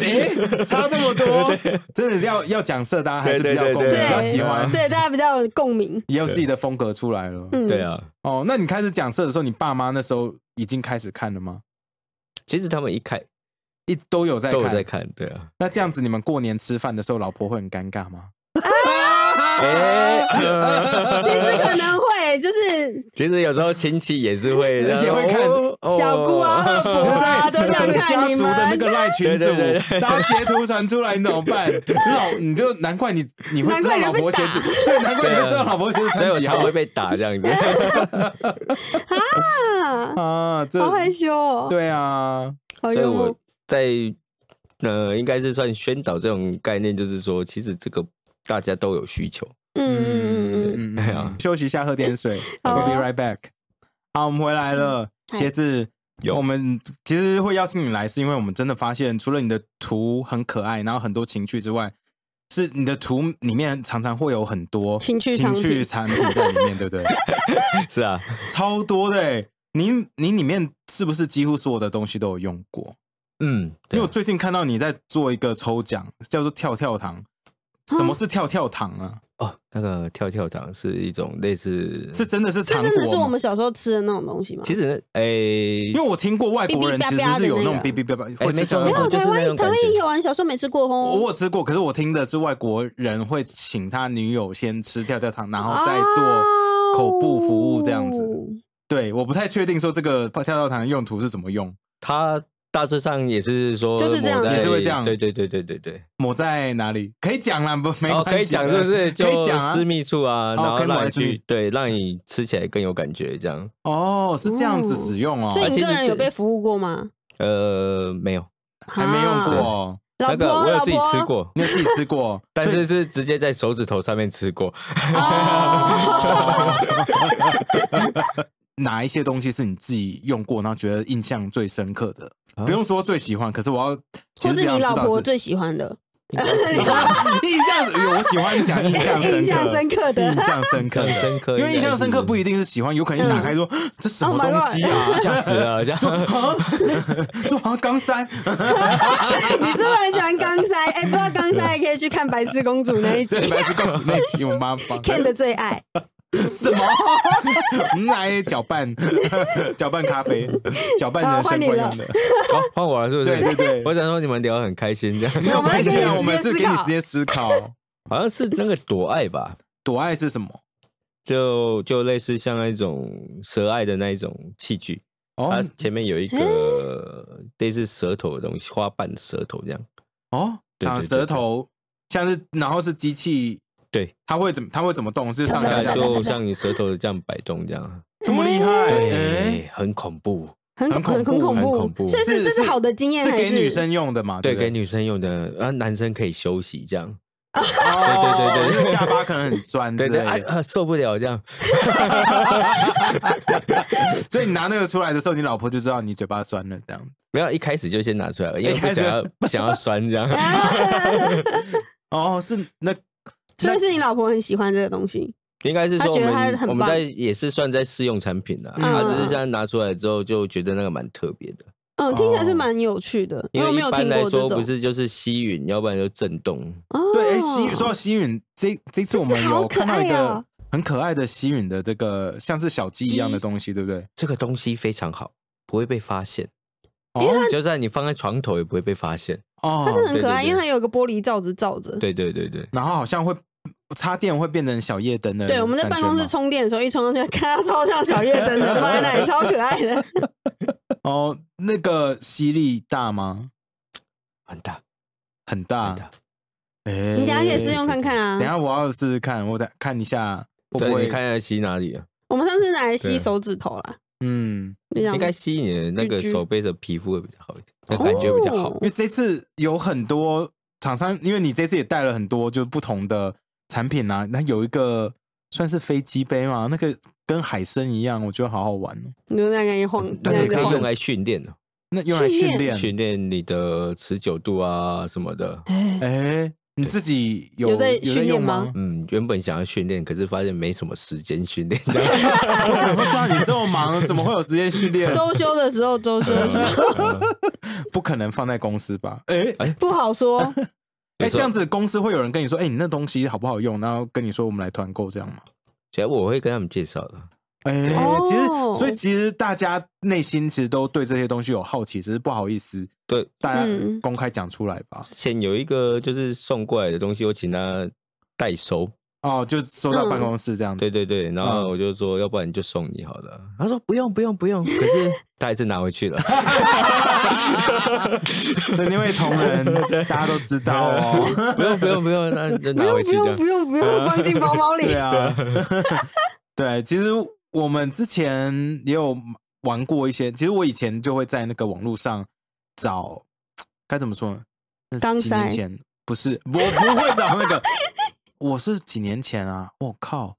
Speaker 1: 诶 差这么多？真的是要要讲色，大家还是比较共鸣，
Speaker 3: 对
Speaker 1: 比
Speaker 2: 对
Speaker 1: 较喜欢，
Speaker 2: 对，大家比较有共鸣。
Speaker 1: 也有自己的风格出来了。
Speaker 2: 嗯，
Speaker 3: 对啊，
Speaker 1: 哦，那你开始讲色的时候，你爸妈那时候已经开始看了吗？
Speaker 3: 其实他们一开
Speaker 1: 一都有在
Speaker 3: 都
Speaker 1: 看。
Speaker 3: 有在看，对啊，
Speaker 1: 那这样子，你们过年吃饭的时候，老婆会很尴尬吗？哎
Speaker 2: 其实可能会就是
Speaker 3: 其实有时候亲戚也是会 哦
Speaker 1: 也会看
Speaker 2: 小姑啊、二
Speaker 1: 就
Speaker 2: 伯
Speaker 1: 是在
Speaker 2: 啊都想
Speaker 1: 哦在家
Speaker 2: 看你
Speaker 1: 族的那
Speaker 2: 们
Speaker 1: 个。赖群主
Speaker 3: 对对对，对
Speaker 1: 大家截图传出来，你怎么 办？老你就难怪你你会知道老婆鞋子
Speaker 2: 难，
Speaker 1: 对，难怪你会知道老婆鞋子
Speaker 3: 啊所以
Speaker 1: 穿
Speaker 3: 我
Speaker 1: 几
Speaker 3: 才
Speaker 1: 号
Speaker 3: 会被打 这样子。
Speaker 2: 啊
Speaker 1: 啊？这
Speaker 2: 好害羞哦，
Speaker 1: 对啊，
Speaker 2: 好
Speaker 3: 所以
Speaker 2: 幽
Speaker 3: 我
Speaker 2: 默。
Speaker 3: 在呃，应该是算宣导这种概念，就是说，其实这个大家都有需求。
Speaker 2: 嗯嗯嗯，
Speaker 1: 嗯
Speaker 3: 对啊
Speaker 1: 休息一下，喝点水。
Speaker 2: 好啊
Speaker 1: We'll be right back。好，我们回来了，
Speaker 2: 嗨
Speaker 1: 鞋子。
Speaker 3: 有
Speaker 1: 我们其实会邀请你来，是因为我们真的发现，除了你的图很可爱，然后很多情趣之外，是你的图里面常常会有很多
Speaker 2: 情趣
Speaker 1: 情
Speaker 2: 产品
Speaker 1: 趣产品在里面，对不对？
Speaker 3: 是啊，
Speaker 1: 超多的、欸，你你里面是不是几乎所有的东西都有用过？
Speaker 3: 嗯，
Speaker 1: 因
Speaker 3: 对
Speaker 1: 为我最近看到你在做一个抽奖，叫做跳跳糖。
Speaker 3: 啊
Speaker 1: 什么是跳跳糖啊？
Speaker 3: 哦，那个跳跳糖是一种类似，
Speaker 1: 是真的是
Speaker 2: 这
Speaker 1: 糖
Speaker 2: 真的是
Speaker 1: 果
Speaker 2: 我
Speaker 1: 吗？
Speaker 2: 们小时候吃的那种东西吗？
Speaker 3: 其实诶，
Speaker 1: 因为我听过外国人其实是有那种
Speaker 2: 哔
Speaker 1: 哔
Speaker 2: 哔
Speaker 1: 哔叭叭，或
Speaker 3: 哎
Speaker 1: 者
Speaker 3: 没错
Speaker 2: 没
Speaker 3: 没
Speaker 2: 有，
Speaker 3: 错就是
Speaker 2: 台湾
Speaker 3: 那种
Speaker 2: 台
Speaker 3: 感觉
Speaker 2: 湾也有啊，你小时候没吃过
Speaker 1: 我
Speaker 2: 哦。
Speaker 1: 我有吃过，可是我听的是外国人会请他女友先吃跳跳糖，然后
Speaker 3: 啊
Speaker 1: 再做。口部服务这样子
Speaker 2: 哦
Speaker 1: 对，我不太确定说这个跳跳糖的用途是怎么用，
Speaker 3: 它大致上也是说
Speaker 2: 就是这样
Speaker 3: 抹在
Speaker 1: 也是会这样
Speaker 3: 对对对对对对，
Speaker 1: 抹在哪里？可以讲啦，不没关
Speaker 3: 哦
Speaker 1: 系，啊
Speaker 3: 可以讲是不是？
Speaker 1: 可以讲啊
Speaker 3: 就私密处啊，然
Speaker 1: 哦，可
Speaker 3: 后
Speaker 1: 以抹在
Speaker 3: 让你
Speaker 1: 私密
Speaker 3: 去对，让你吃起来更有感觉这样。
Speaker 1: 哦，是这样子使用哦，
Speaker 2: 所以
Speaker 3: 啊
Speaker 2: 你
Speaker 3: 其
Speaker 2: 个
Speaker 3: 实
Speaker 2: 人有
Speaker 3: 对
Speaker 2: 被服务过吗？
Speaker 3: 呃，没有，
Speaker 1: 还没用过
Speaker 2: 啊。
Speaker 1: 哦，
Speaker 2: 老
Speaker 3: 那
Speaker 2: 婆，
Speaker 3: 个我有
Speaker 2: 老
Speaker 3: 自己吃
Speaker 2: 婆，
Speaker 3: 过，
Speaker 1: 你有自己吃过，哦
Speaker 3: 但
Speaker 1: 所
Speaker 3: 是
Speaker 1: 以
Speaker 3: 是直接在手指头上面吃过。
Speaker 2: 哦
Speaker 1: 哪一些东西是你自己用过，然后觉得印象最深刻的？
Speaker 3: 啊
Speaker 1: 不用说最喜欢，可是我要， 其
Speaker 2: 或
Speaker 1: 实
Speaker 2: 是
Speaker 1: 比较
Speaker 2: 你
Speaker 1: 知
Speaker 2: 老
Speaker 1: 道
Speaker 2: 婆
Speaker 1: 是
Speaker 2: 最喜欢的，
Speaker 1: 印象，我喜欢讲印象深刻，嗯
Speaker 2: 印象深刻的
Speaker 1: 印象深刻
Speaker 3: 很
Speaker 1: 的。
Speaker 3: 深刻，
Speaker 1: 因为印象深刻不一定是喜欢，有可能一打开说、
Speaker 2: 嗯
Speaker 1: 这什
Speaker 2: 哦
Speaker 1: 么东西啊，
Speaker 3: 吓死了，这样 哦
Speaker 1: 就啊，说啊钢塞，
Speaker 2: 你是不是很喜欢钢塞？哎，不知道钢
Speaker 1: 嗯
Speaker 2: 塞，可以去看《白痴公主》那一 集
Speaker 1: 这礼拜是 公主那集我妈放
Speaker 2: ，Ken 的最爱。
Speaker 1: 什么？ 我们来搅拌，搅拌咖 啡，搅拌人生惯用的，
Speaker 3: 好换我了，是不是？
Speaker 1: 对对对
Speaker 3: 我想说你们聊得很开心，这样
Speaker 1: 没有关系啊，我
Speaker 2: 我
Speaker 1: 们
Speaker 2: 们
Speaker 1: 是给
Speaker 2: 是给
Speaker 1: 你
Speaker 2: 你
Speaker 1: 时
Speaker 2: 时
Speaker 1: 间思考。
Speaker 3: 好像是那个躲爱吧，
Speaker 1: 躲爱是什么？
Speaker 3: 就就类似像那种蛇爱的那一种器具，它
Speaker 1: 哦
Speaker 3: 前面有一个类似舌头的东西，花瓣舌头这样。
Speaker 1: 哦，
Speaker 3: 对对
Speaker 1: 长
Speaker 3: 对
Speaker 1: 舌头，像是然后是机器，
Speaker 3: 对，
Speaker 1: 它会怎么它会怎么动？是上
Speaker 3: 大
Speaker 1: 下
Speaker 3: 概
Speaker 1: 下
Speaker 3: 就像你舌头这样摆动这样，
Speaker 1: 这么厉害？哎
Speaker 3: 对，很恐怖，
Speaker 2: 很
Speaker 1: 很恐
Speaker 2: 很
Speaker 1: 怖
Speaker 2: 恐
Speaker 3: 很恐怖
Speaker 2: 所以
Speaker 1: 是
Speaker 2: 这是好的经验，
Speaker 1: 是
Speaker 2: 还啊
Speaker 1: 给女生用的嘛？
Speaker 3: 对，
Speaker 1: 不对
Speaker 3: 啊给女生用的，然后男生可以休息这样。
Speaker 1: 哦
Speaker 3: 对对对对
Speaker 1: 因为下巴可能很酸之
Speaker 3: 对
Speaker 1: 类
Speaker 3: 对
Speaker 2: 哎
Speaker 3: 啊
Speaker 1: 的，
Speaker 3: 啊，受不了这样。
Speaker 1: 所以你拿那个出来的时候，你老婆就知道你嘴巴酸了，这样。
Speaker 3: 没有一开始就先拿 出来了，因为
Speaker 1: 一开
Speaker 3: 不
Speaker 1: 始
Speaker 3: 想要不想要酸这样。
Speaker 1: 哦，是那
Speaker 2: 所以是你老婆很喜欢这个东西，
Speaker 3: 应该是
Speaker 2: 他
Speaker 3: 说我
Speaker 2: 觉得他
Speaker 3: 们
Speaker 2: 很
Speaker 3: 我们
Speaker 2: 棒
Speaker 3: 在也是算在试用产品啦，啊
Speaker 1: 嗯
Speaker 3: 他只是现在拿出来之后就觉得那个蛮特别的，
Speaker 2: 嗯，听起来
Speaker 1: 哦
Speaker 2: 是蛮有趣的，因
Speaker 3: 因
Speaker 2: 为我没
Speaker 3: 为
Speaker 2: 有
Speaker 3: 一
Speaker 2: 听
Speaker 3: 般来
Speaker 2: 过这
Speaker 3: 说
Speaker 2: 种
Speaker 3: 不。是就是吸吮，要不然就震动。
Speaker 2: 哦
Speaker 1: 对，哎，西说到西允，这这次我们
Speaker 2: 这次好
Speaker 1: 有
Speaker 2: 可
Speaker 1: 看到一
Speaker 2: 爱
Speaker 1: 个
Speaker 2: 哦
Speaker 1: 很可爱的西允的这个像是小鸡一样的东西，对不对？
Speaker 3: 这个东西非常好，不会被发现，
Speaker 1: 哦
Speaker 3: 就算你放在床头也不会被发现。
Speaker 2: 它真的
Speaker 1: 哦，
Speaker 2: 很可爱，
Speaker 3: 对对对
Speaker 2: 因为它有个玻璃罩子罩着。
Speaker 3: 对对对对，
Speaker 1: 然后好像会插电会变成小夜灯的感觉吗。
Speaker 2: 对，我们在办公室充电的时候，一充上去，看它超像小夜灯的，放在那里超可 爱的。
Speaker 1: 哦，那个吸力大吗？
Speaker 3: 很大
Speaker 1: 很大
Speaker 2: 啊
Speaker 3: 很。大。
Speaker 1: 哎，
Speaker 2: 你
Speaker 1: 你
Speaker 2: 等一下可以试用看看啊
Speaker 1: 等一。下我要试试看，我得看一下会不
Speaker 3: 对，
Speaker 1: 会
Speaker 3: 你看一下吸哪里啊？
Speaker 2: 我们上次拿来吸
Speaker 3: 对
Speaker 2: 手指头啦，
Speaker 1: 嗯。
Speaker 2: 就这样
Speaker 3: 应该吸你的那个
Speaker 2: 啊居居
Speaker 3: 手背的皮肤会比较好一点，那感觉比较好。
Speaker 2: 哦
Speaker 1: 因为这次有很多厂商，因为你这次也带了很多就不同的产品啊，那有一个算是飞机杯嘛，那个跟海参一样，我觉得好好玩哦。
Speaker 2: 你就那样一晃，这
Speaker 1: 对
Speaker 2: 样
Speaker 3: 对，
Speaker 2: 一
Speaker 3: 可以
Speaker 1: 看
Speaker 2: 晃
Speaker 1: 看
Speaker 3: 用来训练的，
Speaker 1: 那用来训
Speaker 2: 训
Speaker 1: 练，
Speaker 3: 训练你的持久度啊什么的。
Speaker 1: 哎，你自己有
Speaker 2: 有在训练
Speaker 1: 用
Speaker 2: 吗？
Speaker 3: 嗯，原本想要训练，可是发现没什么时间训练， 这样
Speaker 1: 我想说，像你这么忙，怎么会有时间训练？
Speaker 2: 周休的时候，周休
Speaker 1: 嗯
Speaker 2: 的时候
Speaker 3: 嗯
Speaker 1: 不可能放在公司吧？哎
Speaker 2: 不好 说。
Speaker 1: 哎，
Speaker 3: 没错
Speaker 1: 这样子公司会有人跟你说，哎，你那东西好不好用？然后跟你说我们来团购这样吗？
Speaker 3: 所以我会跟他们介绍的。
Speaker 1: 哎、
Speaker 2: 哦
Speaker 1: 其实，所以其实大家内心其实都对这些东西有好奇，只是不好意思，
Speaker 3: 对
Speaker 1: 大家
Speaker 2: 嗯
Speaker 1: 公开讲出来吧。
Speaker 3: 之前有一个就是送过来的东西，我请他代收，
Speaker 1: 哦，就收到办公室这样子。
Speaker 3: 对对对，然
Speaker 1: 嗯
Speaker 3: 后我就说，要不然就送你好了。他说不用不用不用，可是他还是拿回 去了。
Speaker 1: 所以因为同 仁，大家都知道哦。
Speaker 3: 不用不用不用，那
Speaker 2: 不
Speaker 3: 就拿
Speaker 2: 用
Speaker 3: 回
Speaker 2: 不
Speaker 3: 去这
Speaker 2: 用
Speaker 3: 样
Speaker 2: 不。用不用，放进包包里
Speaker 1: 嗯对。啊， 对，其实我们之前也有玩过一些，其实我以前就会在那个网络上找，该怎么说呢？那
Speaker 2: 钢
Speaker 1: 是几年
Speaker 2: 塞
Speaker 1: 前不是，我不会找那个， 我是几年前啊，我靠，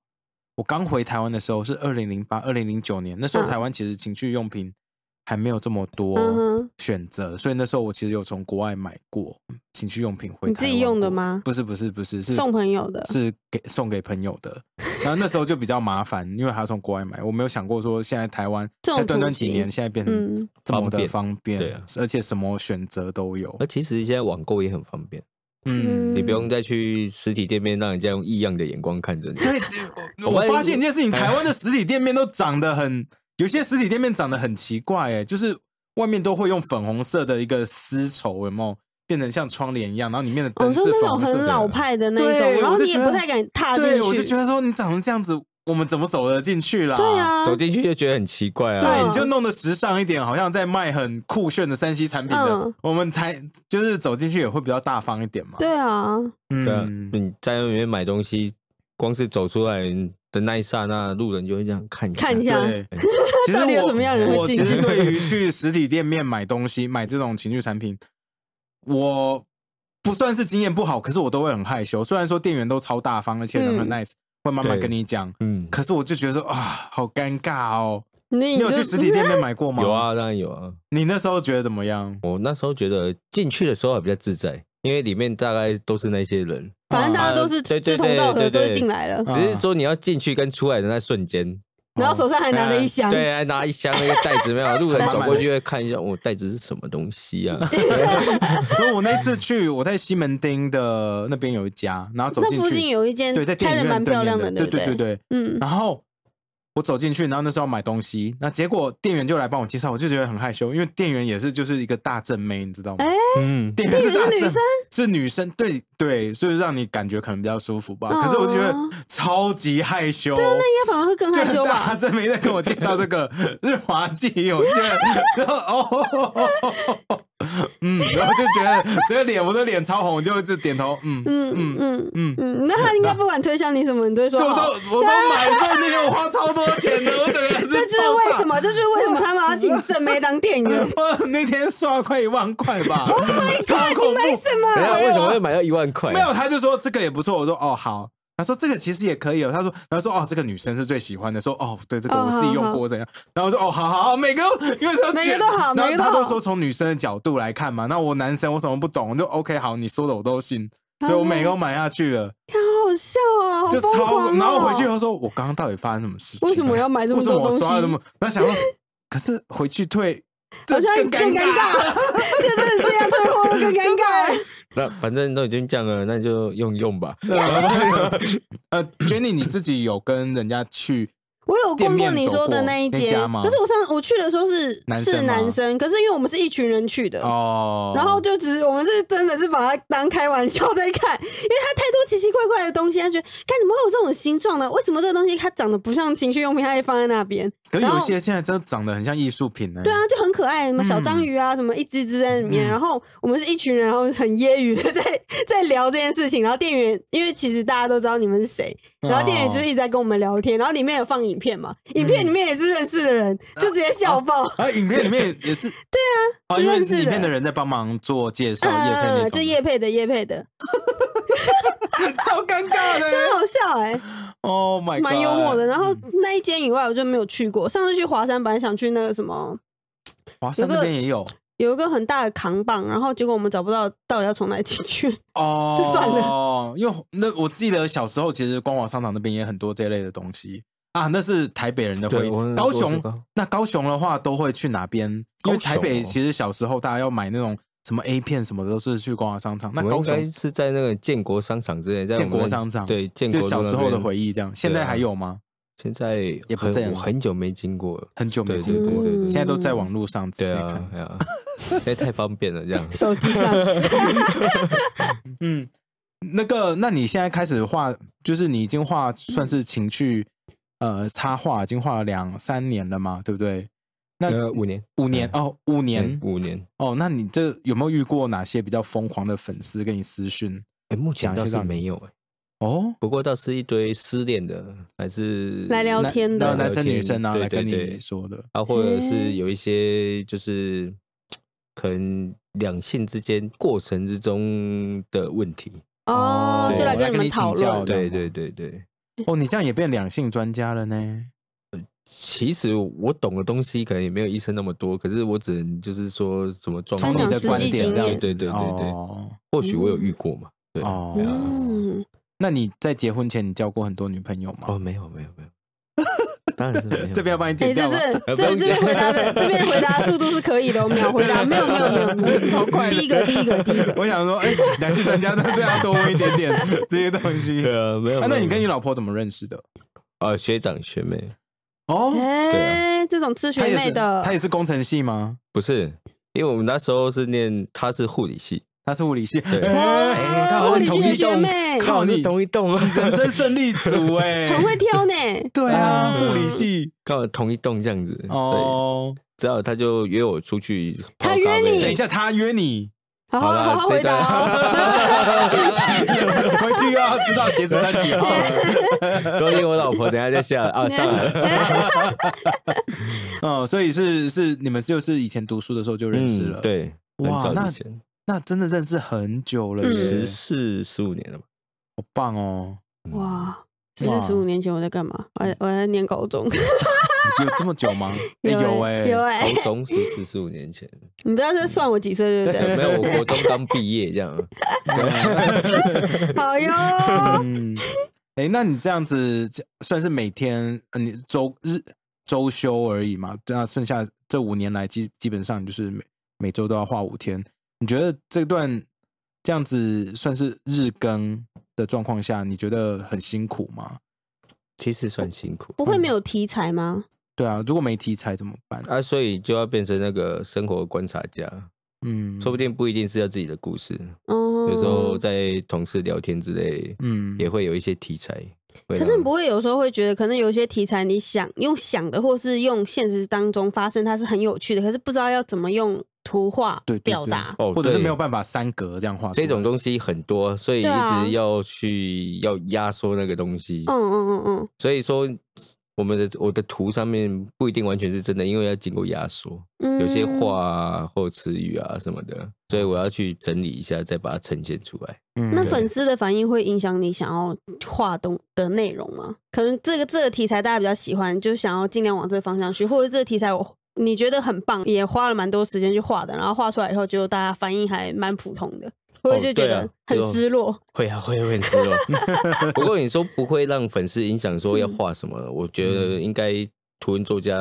Speaker 1: 我刚回台湾的时候是二零零八、二零零九年，那时候
Speaker 2: 嗯
Speaker 1: 台湾其实情趣用品还没有这么
Speaker 2: 嗯
Speaker 1: 多
Speaker 2: 哼，
Speaker 1: 选择，所以那时候我其实有从国外买过情趣用品回
Speaker 2: 你
Speaker 1: 台
Speaker 2: 自己
Speaker 1: 湾
Speaker 2: 用的
Speaker 1: 过
Speaker 2: 吗
Speaker 1: 不是，不是，不是，是
Speaker 2: 送朋友的
Speaker 1: 是给送给朋友的。然后那时候就比较麻烦，因为还要从国外买，我没有想过说现在台湾
Speaker 2: 这种
Speaker 1: 才短短
Speaker 2: 途
Speaker 1: 几
Speaker 2: 径
Speaker 1: 年，现在变成
Speaker 2: 嗯
Speaker 1: 这么
Speaker 3: 方
Speaker 1: 的
Speaker 3: 便
Speaker 1: 方便，
Speaker 3: 对啊
Speaker 1: 而且什么选择都有
Speaker 3: 那。其实现在网购也很方便，
Speaker 1: 嗯，
Speaker 3: 你不用再去实体店面让人家用异样的眼光看着你。
Speaker 1: 对，
Speaker 3: 我
Speaker 1: 我
Speaker 3: 发现哎
Speaker 1: 发现一件事情，台湾的实体店面都长得很，有些实体店面长得很奇怪，哎，就是外面都会用粉红色的一个丝绸，有没有？变成像窗帘一样，然后里面的
Speaker 2: 哦，
Speaker 1: 灯
Speaker 2: 你
Speaker 1: 是
Speaker 2: 说
Speaker 1: 粉
Speaker 2: 那种
Speaker 1: 红色
Speaker 2: 很
Speaker 1: 的。
Speaker 2: 老派的那一
Speaker 1: 对
Speaker 2: 种，然
Speaker 1: 我
Speaker 2: 后
Speaker 1: 就
Speaker 2: 你也
Speaker 1: 觉
Speaker 2: 不
Speaker 1: 得
Speaker 2: 太敢踏进去。
Speaker 1: 对，我就觉得说你长成这样子，我们怎么走得进去啦？
Speaker 2: 对啊，
Speaker 3: 走进去就觉得很奇怪啊。
Speaker 1: 对，
Speaker 2: 嗯
Speaker 1: 你就弄得时尚一点，好像在卖很酷炫的三 C 产品的，
Speaker 2: 嗯
Speaker 1: 我们才就是走进去也会比较大方一点嘛。
Speaker 2: 对啊，
Speaker 3: 对啊，
Speaker 1: 嗯，
Speaker 3: 你在外面买东西，光是走出来的那一刹那，路人就会这样看一下，
Speaker 2: 看一下
Speaker 1: 对。其实
Speaker 2: 到底有什么样的人
Speaker 1: 我
Speaker 2: 会
Speaker 1: 我
Speaker 2: 进
Speaker 1: 其实
Speaker 2: 去
Speaker 1: 对于去实体店面买东西，买这种情趣产品，我不算是经验不好，可是我都会很害羞。虽然说店员都超大方，而且人很
Speaker 2: 嗯
Speaker 1: nice，、会慢慢
Speaker 3: 对
Speaker 1: 跟你讲，
Speaker 3: 嗯，
Speaker 1: 可是我就觉得说啊，好尴尬哦。
Speaker 2: 你
Speaker 1: 你
Speaker 2: 你
Speaker 1: 有去
Speaker 2: 就
Speaker 1: 实体店面买过吗？
Speaker 3: 有。啊，当然有啊。
Speaker 1: 你那时候觉得怎么样？
Speaker 3: 我那时候觉得进去的时候还比较自在，因为里面大概都是那些人，
Speaker 2: 反正大家都是
Speaker 3: 啊对
Speaker 2: 志
Speaker 3: 对
Speaker 2: 同道合，
Speaker 3: 对对
Speaker 2: 都
Speaker 3: 对
Speaker 2: 是进来了，
Speaker 1: 啊
Speaker 3: 只是说你要进去跟出来的那瞬间，
Speaker 2: 然后手上还拿着一箱，
Speaker 3: 对，还拿一箱那个袋子，没有啊 路人走过去会看一下，我哦袋子是什么东西啊？
Speaker 1: 因为我那次去，我在西门町的那边有一家，然后走
Speaker 2: 那
Speaker 1: 进
Speaker 2: 附近
Speaker 1: 去，
Speaker 2: 有一间
Speaker 1: 对，在电
Speaker 2: 开
Speaker 1: 影
Speaker 2: 的
Speaker 1: 院
Speaker 2: 蛮
Speaker 1: 对
Speaker 2: 漂
Speaker 1: 面
Speaker 2: 亮
Speaker 1: 的，
Speaker 2: 的，
Speaker 1: 对
Speaker 2: 不
Speaker 1: 对对。
Speaker 2: 嗯，
Speaker 1: 然后我走进去，然后那时候要买东西，那结果店员就来帮我介绍，我就觉得很害羞，因为店员也是就是一个大正妹，你知道吗？
Speaker 2: 哎
Speaker 3: 嗯，
Speaker 1: 店员是大
Speaker 2: 店员是女
Speaker 1: 正
Speaker 2: 生，
Speaker 1: 是女生，对对，所以让你感觉可能比较舒服吧。
Speaker 2: 哦啊
Speaker 1: 可是我觉得超级害羞，
Speaker 2: 应该反而会更
Speaker 1: 就
Speaker 2: 害
Speaker 1: 是
Speaker 2: 羞
Speaker 1: 大
Speaker 2: 吧？
Speaker 1: 正妹在跟我介绍这个 日华记忆，我觉得，然后哦， 嗯，然后就觉得这个脸，我的脸超红，我就一直点头，嗯
Speaker 2: 嗯
Speaker 1: 嗯嗯，
Speaker 2: 嗯
Speaker 1: 嗯
Speaker 2: 嗯嗯，那他应该不管推销你什么，你都会说
Speaker 1: 对，我
Speaker 2: 好
Speaker 1: 都我都买在那边，我花超多钱的，我整个人是
Speaker 2: 就是为什么，这就是为什么他们要请正妹当店 员。
Speaker 1: 我那天刷了快一万块吧， 超恐怖！
Speaker 3: 等一下
Speaker 1: 没有啊
Speaker 3: 为什么会买到一万块啊？
Speaker 1: 没有，他就说这个也不错。我说哦好，他说这个其实也可以哦。他说，然后说哦这个女生是最喜欢的，说哦对这个
Speaker 2: 哦
Speaker 1: 我自己用
Speaker 2: 好
Speaker 1: 过怎样。然后我说哦好好好，每个都因为他
Speaker 2: 每个
Speaker 1: 觉得
Speaker 2: 都好
Speaker 1: 然
Speaker 2: 每
Speaker 1: 后
Speaker 2: 个都
Speaker 1: 他都
Speaker 2: 好
Speaker 1: 说从女生的角度来看嘛，那我男生我什么不懂，我就 OK 好，你说的我都信，所以我每个都买下去了，
Speaker 2: 好好笑啊，好
Speaker 1: 就
Speaker 2: 疯
Speaker 1: 超。
Speaker 2: 狂哦
Speaker 1: 然后回去以后说，我刚刚到底发生什么事情啊？
Speaker 2: 为什么要买这
Speaker 1: 为
Speaker 2: 么
Speaker 1: 什么
Speaker 2: 多
Speaker 1: 我
Speaker 2: 东西？
Speaker 1: 刷了这么？然后想说，可是回去退，这
Speaker 2: 好像
Speaker 1: 更
Speaker 2: 更尴
Speaker 1: 尬。
Speaker 2: 尬， 这真的是要退货了更尴 尬。
Speaker 3: 那反正都已经这样了，那就用用吧。
Speaker 1: 呃，Jenny 你自己有跟人家去
Speaker 2: 我有
Speaker 1: 店
Speaker 2: 逛过
Speaker 1: 面
Speaker 2: 你
Speaker 1: 走
Speaker 2: 说
Speaker 1: 过
Speaker 2: 的那一
Speaker 1: 那
Speaker 2: 间
Speaker 1: 家吗，
Speaker 2: 可是我上我去的时候是
Speaker 1: 男生
Speaker 2: 是
Speaker 1: 吗
Speaker 2: 男生，可是因为我们是一群人去的，
Speaker 1: 哦，
Speaker 2: 然后就只是我们是真的是把它当开玩笑在看，因为它太多奇奇怪怪的东西，他觉得该怎么会有这种形状呢？为什么这个东西它长得不像情趣用品，它也放在那边？
Speaker 1: 可是
Speaker 2: 然
Speaker 1: 有一
Speaker 2: 后嗯
Speaker 1: 些现在真的长得很像艺术品呢、
Speaker 2: 对，啊，就很可爱，什么小章鱼啊，什么一只只在里面。
Speaker 1: 嗯
Speaker 2: 然后我们是一群人，然后很揶揄的在在聊这件事情。然后店员，因为其实大家都知道你们是谁，
Speaker 1: 嗯
Speaker 2: 然后店员就是一直在跟我们聊天。然后里面有放影片嘛，影片里面也是认识的人，就直接笑爆。
Speaker 1: 啊，影片里面也 是对啊，哦，因为
Speaker 2: 认识的
Speaker 1: 里面的人在帮忙做介绍，叶配那
Speaker 2: 嗯，
Speaker 1: 种，
Speaker 2: 就叶配的叶配的，
Speaker 1: 超尴尬
Speaker 2: 很
Speaker 1: 的
Speaker 2: 好笑哎、
Speaker 1: ，Oh my，
Speaker 2: 蛮幽默的。然后
Speaker 1: 嗯
Speaker 2: 那一间以外，我就没有去过。上次去华山，本来想去那个什么，
Speaker 1: 华山那边也有
Speaker 2: 有一个很大的扛棒，然后结果我们找不到到底要从哪里进去。
Speaker 1: 哦，
Speaker 2: 就算
Speaker 1: 了，因为那我记得小时候其实光华商场那边也很多这类的东西啊，那是台北人的回
Speaker 3: 对我
Speaker 1: 忆。高
Speaker 3: 我知
Speaker 1: 雄
Speaker 3: 道
Speaker 1: 那高雄的话都会去哪边？因为
Speaker 3: 高雄
Speaker 1: 台北
Speaker 3: 哦
Speaker 1: 其实小时候大家要买那种什么 A 片什么的，都是去光华商场。那
Speaker 3: 我们
Speaker 1: 高
Speaker 3: 应该
Speaker 1: 雄
Speaker 3: 是在那个建国商场之类，在我
Speaker 1: 建
Speaker 3: 们
Speaker 1: 国商场
Speaker 3: 对建国
Speaker 1: 就
Speaker 3: 路
Speaker 1: 小时候的
Speaker 3: 那边
Speaker 1: 回忆，这样现在还有吗？
Speaker 3: 现在
Speaker 1: 也
Speaker 3: 也
Speaker 1: 不这样
Speaker 3: 我很久没经过了。
Speaker 1: 很久没
Speaker 3: 对
Speaker 1: 经
Speaker 3: 对
Speaker 1: 过
Speaker 3: 对
Speaker 1: 了，
Speaker 3: 对对，
Speaker 1: 现在都在网络上直
Speaker 3: 对
Speaker 1: 接
Speaker 3: 啊
Speaker 1: 看。
Speaker 3: 对啊，因为太方便了这样。
Speaker 2: 手机上
Speaker 1: 嗯，那个，那你现在开始画，就是你已经画算是情趣呃插画，已经画了两三年了嘛，对不对？ 那
Speaker 3: 呃，哎五年，
Speaker 1: 五年哦，五年
Speaker 3: 对五年。
Speaker 1: 哦，那你这有没有遇过哪些比较疯狂的粉丝跟你私讯？
Speaker 3: 哎，目前
Speaker 1: 讲一
Speaker 3: 倒
Speaker 1: 些
Speaker 3: 是
Speaker 1: 让你
Speaker 3: 没有哎，
Speaker 1: 哦，
Speaker 3: 不过倒是一堆失恋的，还是
Speaker 2: 来聊
Speaker 1: 那
Speaker 2: 天的
Speaker 1: 那男生女生啊，
Speaker 3: 对
Speaker 1: 来跟
Speaker 3: 对对
Speaker 1: 你说的
Speaker 3: 啊，或者是
Speaker 2: 诶
Speaker 3: 有一些就是可能两性之间过程之中的问题。
Speaker 2: 哦，
Speaker 3: 对
Speaker 2: 就来
Speaker 1: 我
Speaker 2: 跟
Speaker 1: 来
Speaker 2: 你
Speaker 1: 跟
Speaker 2: 们
Speaker 1: 你
Speaker 2: 讨
Speaker 1: 请教
Speaker 2: 论
Speaker 1: 这样
Speaker 3: 对
Speaker 1: 吗
Speaker 3: 对对对，
Speaker 1: 哦，你这样也变两性专家了呢。
Speaker 3: 其实我懂的东西可能也没有医生那么多，可是我只能就是说什么状
Speaker 1: 从
Speaker 3: 况，
Speaker 1: 你
Speaker 2: 分享
Speaker 1: 的
Speaker 2: 实
Speaker 1: 观
Speaker 2: 际
Speaker 1: 点
Speaker 2: 经
Speaker 1: 这样
Speaker 2: 验
Speaker 1: 子，
Speaker 3: 对对对对，
Speaker 1: 哦
Speaker 3: 或许我有遇过嘛。对
Speaker 1: 哦
Speaker 3: 对啊
Speaker 2: 嗯，
Speaker 1: 那你在结婚前，你交过很多女朋友吗？
Speaker 3: 哦，没有没有没有，当然是没有。
Speaker 1: 这边要帮你
Speaker 2: 哎、
Speaker 1: 啊剪掉
Speaker 2: 这
Speaker 1: 吗？
Speaker 2: 这
Speaker 3: 呃不
Speaker 2: 这
Speaker 3: 用
Speaker 2: 这边
Speaker 3: 讲
Speaker 2: 回答的这边回答速度是可以的，我秒回答，没有没有没有没有，
Speaker 1: 超快的
Speaker 2: 第一个第一个第 一个，
Speaker 1: 我想说，哎、两性专家那这样多问一点点 这些东西。
Speaker 3: 对啊，没有。
Speaker 1: 啊，那你跟
Speaker 3: 没
Speaker 1: 你
Speaker 3: 有
Speaker 1: 老婆怎么认识的？
Speaker 3: 呃学长学妹
Speaker 1: 哦，
Speaker 2: 哎、这种吃学
Speaker 1: 她也
Speaker 2: 妹
Speaker 1: 是，
Speaker 2: 的
Speaker 1: 她，也是工程系吗？
Speaker 3: 不是？因为我们那时候是念，他是护理系，
Speaker 1: 她是物理系。
Speaker 3: 对
Speaker 1: 哎
Speaker 2: 哇，
Speaker 1: 刚好
Speaker 2: 哦物理
Speaker 1: 同
Speaker 2: 系的
Speaker 1: 一
Speaker 2: 学
Speaker 1: 栋
Speaker 2: 妹
Speaker 1: 靠你
Speaker 3: 是同一栋啊，
Speaker 1: 人生胜利组哎、
Speaker 2: 很会挑呢，
Speaker 1: 对啊，
Speaker 3: 嗯
Speaker 1: 物理系
Speaker 3: 刚好同一栋这样子，所
Speaker 1: 哦。
Speaker 3: 以只好他就约我出去泡
Speaker 2: 他
Speaker 3: 咖啡。
Speaker 2: 约你
Speaker 1: 等一下，她约 你，
Speaker 2: 好
Speaker 3: 好
Speaker 2: 好
Speaker 3: 啦
Speaker 2: 好好
Speaker 3: 这
Speaker 2: 回答哦。
Speaker 1: 回去又要知道鞋子穿 几号。
Speaker 3: 昨天我老婆等一下 就下来啊，上来了。
Speaker 1: 嗯，所以是是你们就是以前读书的时候就认识了。
Speaker 3: 嗯，对，很
Speaker 1: 哇
Speaker 3: 早
Speaker 1: 那
Speaker 3: 之前，
Speaker 1: 那真的认识很久了耶，
Speaker 2: 嗯
Speaker 3: 十四十五年了吧？
Speaker 1: 好棒哦！
Speaker 2: 哇，这
Speaker 1: 哇
Speaker 2: 是十五年前我在干嘛？我在我在念高中，
Speaker 1: 有这么久 吗？哎
Speaker 2: 有
Speaker 1: 有
Speaker 2: 欸
Speaker 1: 哎，
Speaker 2: 有哎，
Speaker 3: 高中十四十五年前，哎
Speaker 2: 你不要再算我几岁对不
Speaker 3: 没
Speaker 2: 对？
Speaker 3: 有，我国中刚毕业这样。啊
Speaker 2: 好 哟，
Speaker 1: 嗯，哎、那你这样子这算是每天呃你周日周休而已嘛？那剩下这五年来，基基本上你就是每每周都要画五天。你觉得这段这样子算是日更的状况下，你觉得很辛苦吗？
Speaker 3: 其实算辛苦
Speaker 2: 不会没有题材吗？
Speaker 1: 对啊，如果没题材怎么办？
Speaker 3: 啊，所以就要变成那个生活观察家，
Speaker 1: 嗯，
Speaker 3: 说不定不一定是要自己的故事，
Speaker 2: 哦，
Speaker 3: 有时候在同事聊天之类，
Speaker 1: 嗯
Speaker 3: 也会有一些题材。会
Speaker 2: 可是
Speaker 3: 让
Speaker 2: 你不会有时候会觉得，可能有一些题材你想用想的，或是用现实当中发生，它是很有趣的，可是不知道要怎么用图画
Speaker 1: 对对对
Speaker 2: 表达。
Speaker 3: 哦，
Speaker 1: 或者是
Speaker 3: 对
Speaker 1: 没有办法三格这样画出
Speaker 3: 这
Speaker 1: 来
Speaker 3: 种东西很多，所以一
Speaker 2: 对啊
Speaker 3: 直要去要压缩那个东西。
Speaker 2: 嗯嗯嗯嗯，
Speaker 3: 所以说，我们的我的图上面不一定完全是真的，因为要经过压缩，
Speaker 2: 嗯
Speaker 3: 有些话啊或词语啊什么的，所以我要去整理一下，再把它呈现出来。
Speaker 1: 嗯
Speaker 2: 那粉丝的反应会影响你想要画东的内容吗？可能这个这个题材大家比较喜欢，就想要尽量往这个方向去，或者这个题材我你觉得很棒，也花了蛮多时间去画的，然后画出来以后，就大家反应还蛮普通的，或者就觉
Speaker 3: 对啊
Speaker 2: 得很
Speaker 3: 就
Speaker 2: 失落。
Speaker 3: 会啊，会会很 失落。不过你说不会让粉丝影响，说要画什么，我觉得应该图文作家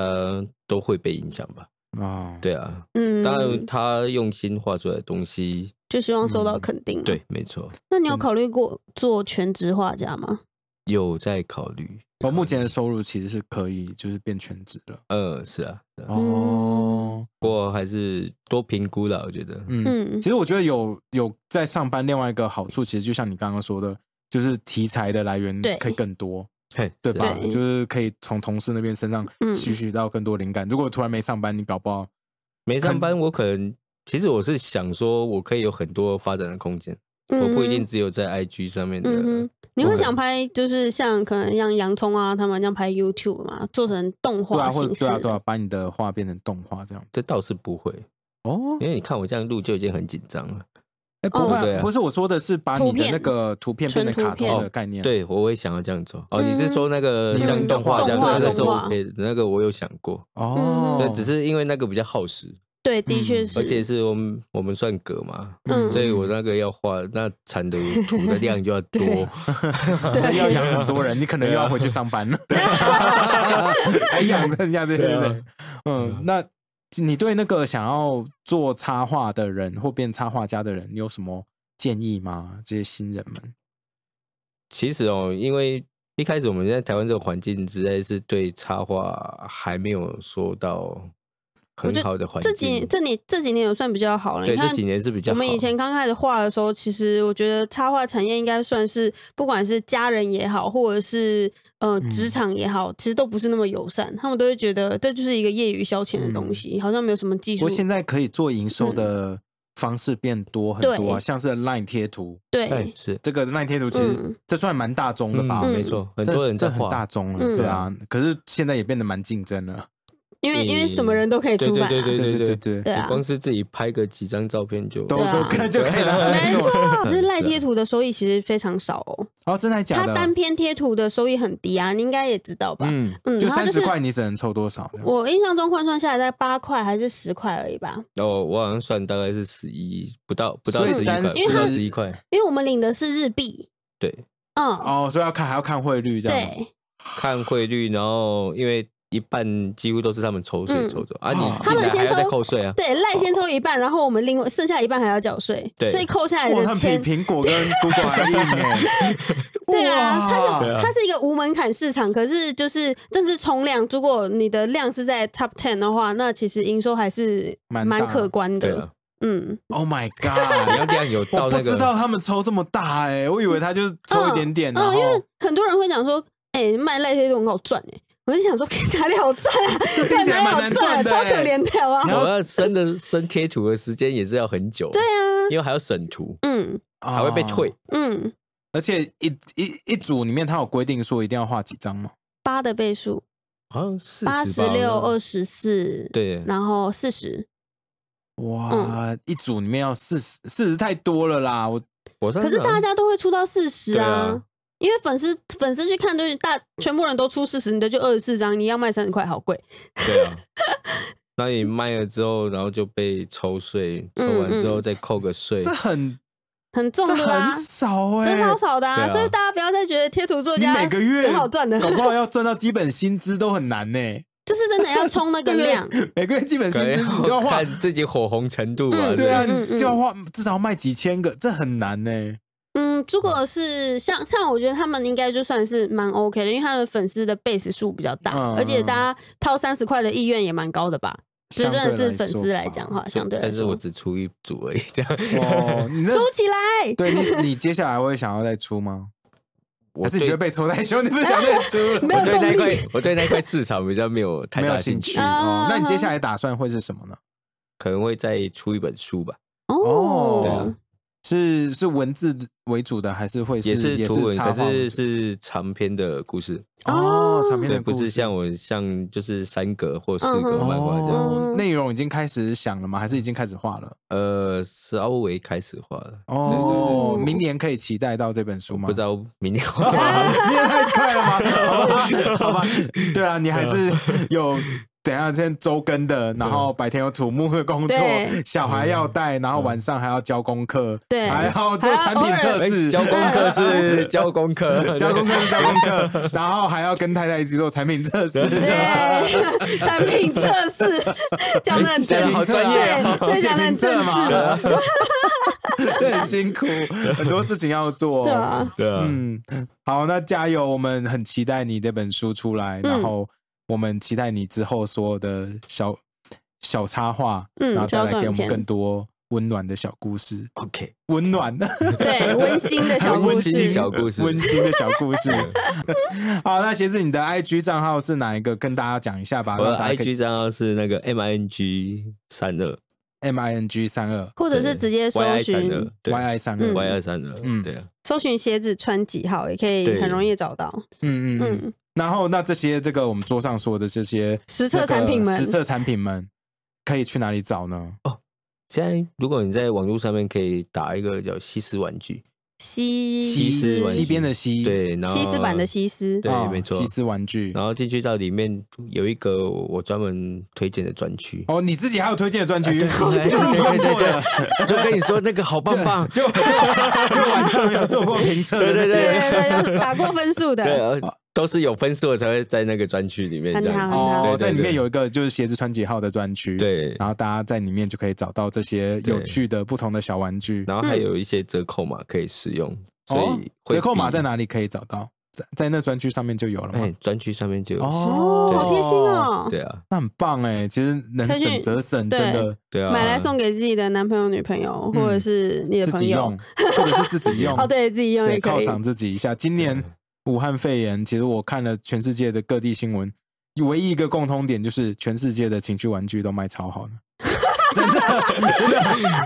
Speaker 3: 都会被影响吧。
Speaker 1: 哦，
Speaker 3: 对啊，
Speaker 2: 嗯，
Speaker 3: 当然他用心画出来的东西，
Speaker 2: 就希望受到肯定、，
Speaker 3: 对，没错，
Speaker 2: 那你有考虑过做全职画家吗？
Speaker 3: 有在考虑。
Speaker 1: 我哦目前的收入其实是可以就是变全职了。
Speaker 3: 呃，是啊，是啊
Speaker 1: 哦，
Speaker 3: 不过还是多评估啦，我觉得。
Speaker 1: 嗯，
Speaker 2: 嗯
Speaker 1: 其实我觉得有有在上班，另外一个好处，其实就像你刚刚说的，就是题材的来源
Speaker 2: 对
Speaker 1: 可以更多，
Speaker 3: 嘿，
Speaker 1: 对
Speaker 3: 是
Speaker 1: 吧？
Speaker 3: 啊
Speaker 2: 对
Speaker 1: 就是可以从同事那边身上
Speaker 2: 嗯
Speaker 1: 吸取到更多灵感。如果突然没上班，你搞不好，
Speaker 3: 没上班，我可能其实我是想说，我可以有很多发展的空间，我不一定只有在 IG 上面的。
Speaker 2: 嗯哼，你会想拍就是像可能像洋葱啊他们这样拍 YouTube 嘛，做成动
Speaker 1: 对啊，
Speaker 2: 画
Speaker 1: 或者
Speaker 2: 形式
Speaker 1: 对
Speaker 2: 的。
Speaker 1: 啊，对啊，把你的画变成动画这样。
Speaker 3: 这倒是不会，
Speaker 1: 哦，
Speaker 3: 因为你看我这样录就已经很紧张了。
Speaker 1: 哎，不会
Speaker 3: 对
Speaker 1: 啊，
Speaker 3: 啊
Speaker 1: 不是我说的是把你
Speaker 2: 图
Speaker 1: 的
Speaker 2: 片
Speaker 1: 那个图片变成
Speaker 2: 纯图
Speaker 1: 卡通
Speaker 2: 片
Speaker 1: 的概念。，
Speaker 3: 对，我会想要这样做。哦，
Speaker 2: 嗯
Speaker 3: 你是说那个
Speaker 1: 你
Speaker 3: 像
Speaker 1: 用
Speaker 3: 动画这样，
Speaker 2: 动画
Speaker 3: 那个是
Speaker 2: 动画
Speaker 3: OK 的，那个我有想过，
Speaker 2: 嗯
Speaker 1: 哦，
Speaker 3: 但只是因为那个比较耗时，
Speaker 2: 对，的确
Speaker 1: 嗯
Speaker 2: 是，
Speaker 3: 而且是我们我们算格嘛，
Speaker 2: 嗯
Speaker 3: 所以我那个要画那产的图的量就要 多。
Speaker 1: 要养很多 人，你可能又要回去上班了。啊 还养着下哎这些人，嗯，那你对那个想要做插画的人或变插画家的人，你有什么建议吗？这些新人们，
Speaker 3: 其实哦，因为一开始我们在台湾这个环境，实在是对插画还没有说到
Speaker 2: 我
Speaker 3: 很
Speaker 2: 觉得
Speaker 3: 好的环境。
Speaker 2: 这几这年这几年有算比较好了。
Speaker 3: 对
Speaker 2: 你看
Speaker 3: 这几年是比较
Speaker 2: 我
Speaker 3: 好。
Speaker 2: 们以前刚开始画的时候，其实我觉得插画产业应该算是，不管是家人也好，或者是呃
Speaker 1: 嗯
Speaker 2: 职场也好，其实都不是那么友善，他们都会觉得这就是一个业余消遣的
Speaker 3: 嗯
Speaker 2: 东西，好像没有什么技
Speaker 1: 不
Speaker 2: 术
Speaker 1: 过。现在可以做营收的方式变多很多啊，
Speaker 2: 对
Speaker 1: 像是 LINE 贴图，
Speaker 3: 对
Speaker 2: 对，
Speaker 3: 是
Speaker 1: 这个 LINE 贴图其实
Speaker 2: 嗯
Speaker 1: 这算蛮大众的吧？
Speaker 3: 嗯没错，很
Speaker 1: 这
Speaker 3: 多人
Speaker 1: 这
Speaker 3: 在
Speaker 1: 很大
Speaker 3: 画。
Speaker 1: 众了，
Speaker 2: 嗯
Speaker 1: 对啊。可是现在也变得蛮竞争了，
Speaker 2: 因为因为
Speaker 3: 诶
Speaker 2: 什么人都可以
Speaker 3: 对
Speaker 2: 出版啊，
Speaker 3: 对对
Speaker 1: 对
Speaker 3: 对
Speaker 1: 对
Speaker 3: 对
Speaker 1: 对，
Speaker 2: 对啊
Speaker 3: 你光是自己拍个几张照片就
Speaker 1: 都
Speaker 2: 对
Speaker 1: 都
Speaker 2: 啊
Speaker 1: 看就可以拿来
Speaker 2: 没
Speaker 1: 做
Speaker 2: 错。
Speaker 1: 了。
Speaker 2: 可是
Speaker 3: 啊
Speaker 2: 赖贴图的收益其实非常少哦，
Speaker 1: 哦，真的还假
Speaker 2: 它
Speaker 1: 的？
Speaker 2: 单篇贴图的收益很低啊，你应该也知道吧？
Speaker 3: 嗯
Speaker 2: 嗯，
Speaker 1: 就
Speaker 2: 它
Speaker 1: 三
Speaker 2: 就
Speaker 1: 十
Speaker 2: 是
Speaker 1: 块，你只能抽多少？
Speaker 2: 我印象中换算下来在八块还是十块而已吧，
Speaker 3: 哦，我好像算大概是十一，不到不到
Speaker 1: 所以
Speaker 3: 十一块，
Speaker 1: 30
Speaker 3: 不到十一块。
Speaker 2: 因为我们领的是日币。
Speaker 3: 对，
Speaker 2: 嗯，
Speaker 1: 哦，所以要看还要看汇率这样吗。
Speaker 2: 对，
Speaker 3: 看汇率，然后因为一半几乎都是他们抽税
Speaker 2: 嗯
Speaker 3: 抽走啊，你
Speaker 1: 哦
Speaker 3: 进来还要
Speaker 2: 他们先
Speaker 3: 再
Speaker 2: 抽
Speaker 3: 扣税啊。
Speaker 2: 对，赖先抽一半，然后我们另外剩下一半还要缴税，
Speaker 3: 对
Speaker 2: 所以扣下来
Speaker 1: 哇，
Speaker 2: 的
Speaker 1: 他们比
Speaker 2: 钱，
Speaker 1: 苹果跟 Google 还硬哎！
Speaker 2: 对啊，它
Speaker 1: 哇
Speaker 2: 是它是一个无门槛市场，可是就是正是冲量，如果你的量是在 top ten 的话，那其实营收还是
Speaker 1: 蛮
Speaker 2: 蛮
Speaker 1: 大
Speaker 2: 可观
Speaker 3: 对
Speaker 2: 的
Speaker 3: 啊，，
Speaker 2: 嗯，
Speaker 1: Oh my
Speaker 3: 你要
Speaker 1: god！
Speaker 3: 量有到
Speaker 1: 我不
Speaker 3: 那
Speaker 1: 知
Speaker 3: 个
Speaker 1: 道他们抽这么大哎，我以为他就抽一点点，然
Speaker 2: 嗯，因为
Speaker 1: 后
Speaker 2: 很多人会讲说，哎、卖赖贴图很好赚哎、我就想说，哪里好赚啊？
Speaker 1: 这听起来蛮
Speaker 2: 哪
Speaker 1: 难
Speaker 2: 里好赚啊，
Speaker 1: 赚的欸
Speaker 2: 超可怜的好不好
Speaker 1: 你？要
Speaker 3: 我要生的生贴图的时间也是要很久，
Speaker 2: 对啊，
Speaker 3: 因为还要审图，
Speaker 2: 嗯
Speaker 1: 还
Speaker 3: 还会被退。。
Speaker 2: 嗯，
Speaker 1: 啊而且一一一组里面，他有规定说一定要画几张吗？
Speaker 2: 八的倍数，
Speaker 3: 好像四
Speaker 2: 八十六、二
Speaker 3: 十
Speaker 2: 十
Speaker 3: 吧
Speaker 2: 四，
Speaker 3: 对
Speaker 2: 然后四十。嗯
Speaker 1: 哇，一组里面要四十，四十太多了啦！我
Speaker 3: 我上
Speaker 2: 可是
Speaker 3: 次好像
Speaker 2: 大家都会出到四十
Speaker 3: 对
Speaker 2: 啊
Speaker 3: 啊，
Speaker 2: 因为粉丝粉丝去看都是大，全部人都出四十，你的就二十四张，你要卖三十块，好贵。
Speaker 3: 对啊，那你卖了之后，然后就被抽税，抽完
Speaker 2: 嗯
Speaker 3: 之后再扣个税，
Speaker 1: 这很
Speaker 2: 很重
Speaker 1: 这
Speaker 2: 的啊
Speaker 1: 很，少哎，
Speaker 2: 这超少的啊，
Speaker 3: 对啊
Speaker 2: 所以大家不要再觉得贴图作
Speaker 1: 你
Speaker 2: 家
Speaker 1: 每个月
Speaker 2: 很好赚的，
Speaker 1: 搞不好要赚到基本薪资都很难呢、
Speaker 2: 就是真的要 冲那个
Speaker 1: 对不对
Speaker 2: 量。
Speaker 1: 每个月基本薪
Speaker 3: 可能
Speaker 1: 资你就要
Speaker 3: 要
Speaker 1: 画，
Speaker 3: 看自己火红程度啊，
Speaker 2: 嗯
Speaker 1: 对啊，
Speaker 2: 嗯嗯
Speaker 1: 你就要画至少要卖几千个，这很难呢、
Speaker 2: 嗯，如果是像像我觉得他们应该就算是蛮 OK 的，因为他们粉丝的 base 数比较大，
Speaker 1: 嗯
Speaker 2: 而且大家掏三十块的意愿也蛮高的吧？就
Speaker 1: 相
Speaker 2: 真
Speaker 1: 对
Speaker 2: 的是
Speaker 1: 来
Speaker 2: 粉
Speaker 1: 说
Speaker 2: 丝来
Speaker 1: 吧
Speaker 2: 讲的话，相对来
Speaker 3: 但是
Speaker 2: 说
Speaker 3: 我，只出一组而已，这 样。
Speaker 1: 哦， 你那
Speaker 2: 收起来。
Speaker 1: 对你你接下来会想要再出吗？
Speaker 3: 我
Speaker 1: 还是你
Speaker 3: 对
Speaker 1: 觉 得被抽太凶，你不想再出了？
Speaker 2: 没有
Speaker 3: 我对
Speaker 2: 动
Speaker 3: 那
Speaker 2: 力
Speaker 3: 块我对那块市场比较没有 太
Speaker 1: 没有
Speaker 3: 大
Speaker 1: 兴
Speaker 3: 兴
Speaker 1: 趣
Speaker 3: 趣，
Speaker 1: 哦
Speaker 2: 啊。
Speaker 1: 那你接下来打算会是什么呢？
Speaker 3: 可能会再出一本书吧。
Speaker 1: 哦
Speaker 2: 哦，
Speaker 3: 对啊
Speaker 1: 是是文字为主的，还是会
Speaker 3: 也
Speaker 1: 是
Speaker 3: 图文，
Speaker 1: 插
Speaker 3: 可
Speaker 1: 画为
Speaker 3: 是
Speaker 1: 主？
Speaker 3: 是长篇的故事，
Speaker 1: 哦，长篇
Speaker 3: 对，
Speaker 1: 的
Speaker 3: 不
Speaker 1: 故
Speaker 3: 是
Speaker 1: 事
Speaker 3: 像我像就是三格或
Speaker 2: 嗯
Speaker 3: 四格漫画这样。
Speaker 1: 哦，内容已经开始想了吗？还是已经开始画了？
Speaker 3: 呃，稍微开始画了，
Speaker 1: 哦，明年可以期待到这本书吗？
Speaker 3: 不知道明 年画
Speaker 1: 哇，
Speaker 3: 不画。
Speaker 1: 你也太快了吧？好吧，好吧，对啊，你还是有。等一下，先周更的，然后白天有土木的工作
Speaker 2: 对，
Speaker 1: 小孩要带，然后晚上还要交功课，
Speaker 2: 对
Speaker 1: 还要做产品测试，
Speaker 3: 交功课 是交功课，
Speaker 1: 交功课是交功课，然后还要跟太太一起做产品测试，啊
Speaker 2: 对，产品测 试讲的很
Speaker 3: 讲得
Speaker 2: 正
Speaker 3: 好专业哦
Speaker 2: 对，对
Speaker 1: 写
Speaker 2: 讲的很
Speaker 1: 评测
Speaker 2: 正
Speaker 1: 嘛
Speaker 2: 式，，
Speaker 1: 这很辛苦，很多事情要做
Speaker 2: 对。啊，
Speaker 3: 对啊，
Speaker 1: 嗯，好，那加油！我们很期待你这本书出来，
Speaker 2: 嗯
Speaker 1: 然后我们期待你之后所有的小小插画，
Speaker 2: 嗯
Speaker 1: 然后再
Speaker 2: 小
Speaker 1: 来
Speaker 2: 短
Speaker 1: 给我们
Speaker 2: 片
Speaker 1: 更多温暖的小故事，
Speaker 3: OK，
Speaker 1: 温暖的
Speaker 2: 对，温馨的小
Speaker 1: 很
Speaker 2: 故
Speaker 1: 温馨
Speaker 2: 事，
Speaker 3: 小故事
Speaker 1: 温馨的小故 事。 好，那鞋子，你的 IG 账号是哪一个？跟大家讲一下吧。
Speaker 3: 我的
Speaker 1: 让大家可以
Speaker 3: IG 账号是那个 M I N G 三二，
Speaker 1: M I N G 三二
Speaker 2: 或者是直接搜
Speaker 3: Y I 三
Speaker 2: 寻
Speaker 3: 二，对
Speaker 1: Y I 三二，
Speaker 3: Y 二三二，
Speaker 1: 嗯
Speaker 3: 嗯，对啊，
Speaker 2: 搜寻鞋子穿几号，也可以
Speaker 3: 对
Speaker 2: 很容易找到。
Speaker 1: 嗯嗯嗯。
Speaker 2: 嗯，
Speaker 1: 然后，那这些这个我们桌上说的这些
Speaker 2: 实测产品们
Speaker 1: 那个实测产品们可以去哪里找呢？
Speaker 3: 现在如果你在网络上面可以打一个叫西施玩具，
Speaker 2: 西
Speaker 3: 西施玩具
Speaker 1: 西哦边的西，
Speaker 3: 对，然后
Speaker 2: 西斯版的西斯，
Speaker 3: 对
Speaker 1: 哦
Speaker 3: 没错啊
Speaker 1: 西斯玩具。
Speaker 3: 然后进去到里面有一个我专门推荐的专区，
Speaker 1: 哦，你自己还有推荐的专区，
Speaker 3: 啊 对对
Speaker 1: 就是你用过的，
Speaker 3: 对对 对就跟你说那个好棒棒，
Speaker 1: 就 就就晚上有做过评测的那些。
Speaker 3: 对
Speaker 2: 对对对，有打过分数
Speaker 3: 对，
Speaker 1: 啊
Speaker 2: 的，
Speaker 3: 而都是有分数的才会在那个专区里面这样
Speaker 2: 很
Speaker 3: 子。
Speaker 2: 好
Speaker 1: 哦，
Speaker 3: 嗯对对
Speaker 1: 在里面
Speaker 3: 对
Speaker 1: 有一个就是鞋子穿几号的专区，，
Speaker 3: 对，
Speaker 1: 然后大家在里面就可以找到这些有趣的不同的小玩具。
Speaker 3: 然后还有一些折扣码可以使用，所
Speaker 1: 哦
Speaker 3: 以会
Speaker 1: 折扣码
Speaker 3: 比
Speaker 1: 在？哪里可以找到？在在那专区上面就有了吗
Speaker 3: 哎？，专区上面就有。
Speaker 1: 哦，
Speaker 2: 好贴心，哦。
Speaker 3: 对啊，
Speaker 1: 那很棒哎，其实能
Speaker 2: 可以
Speaker 1: 省
Speaker 2: 去
Speaker 1: 则省，
Speaker 2: 对
Speaker 1: 真的
Speaker 3: 对啊，
Speaker 2: 买来送给自己的男朋友、女朋友，或者是你
Speaker 1: 嗯
Speaker 2: 的
Speaker 1: 自
Speaker 2: 朋
Speaker 1: 己
Speaker 2: 友
Speaker 1: 用，，或者是自己用
Speaker 2: 哦，对自己用
Speaker 1: 对，
Speaker 2: 也可
Speaker 1: 犒
Speaker 2: 以。
Speaker 1: 赏自己一下。今年武汉肺炎，其实我看了全世界的各地新闻，唯一一个共通点就是全世界的情趣玩具都卖超好呢。 真的，真的，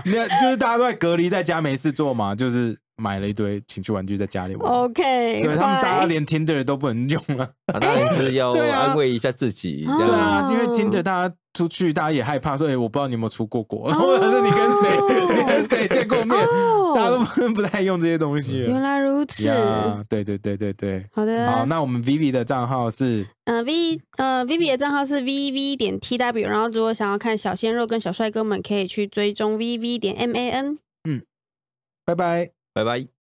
Speaker 1: 那就是大家都在隔离在家没事做嘛，就是买了一堆情趣玩具在家里玩。
Speaker 2: OK，
Speaker 1: 对他们大家
Speaker 2: 拜
Speaker 1: 连 Tinder 都不能用了，
Speaker 3: 啊当然是要
Speaker 1: 对啊
Speaker 3: 安慰一下自己，这
Speaker 1: 对
Speaker 3: 样
Speaker 1: 啊，因为
Speaker 2: 哦
Speaker 1: Tinder 大家出去，大家也害怕说，哎，我不知道你有没有出过
Speaker 2: 哦
Speaker 1: 国，或者是你跟谁，你跟谁见过面，大家都不 不太用这些东西了
Speaker 2: 原。来如此。
Speaker 1: 呀，对对对对对，
Speaker 2: 好
Speaker 1: 好，
Speaker 2: 的，
Speaker 1: 那我们 Vivi 的账号是
Speaker 2: 呃，V 呃 Vivi 的账号是 VV 点 TW，然后如果想要看小鲜肉跟小帅哥们，可以去追踪 VV 点 MAN。
Speaker 1: 拜拜。
Speaker 3: 拜拜。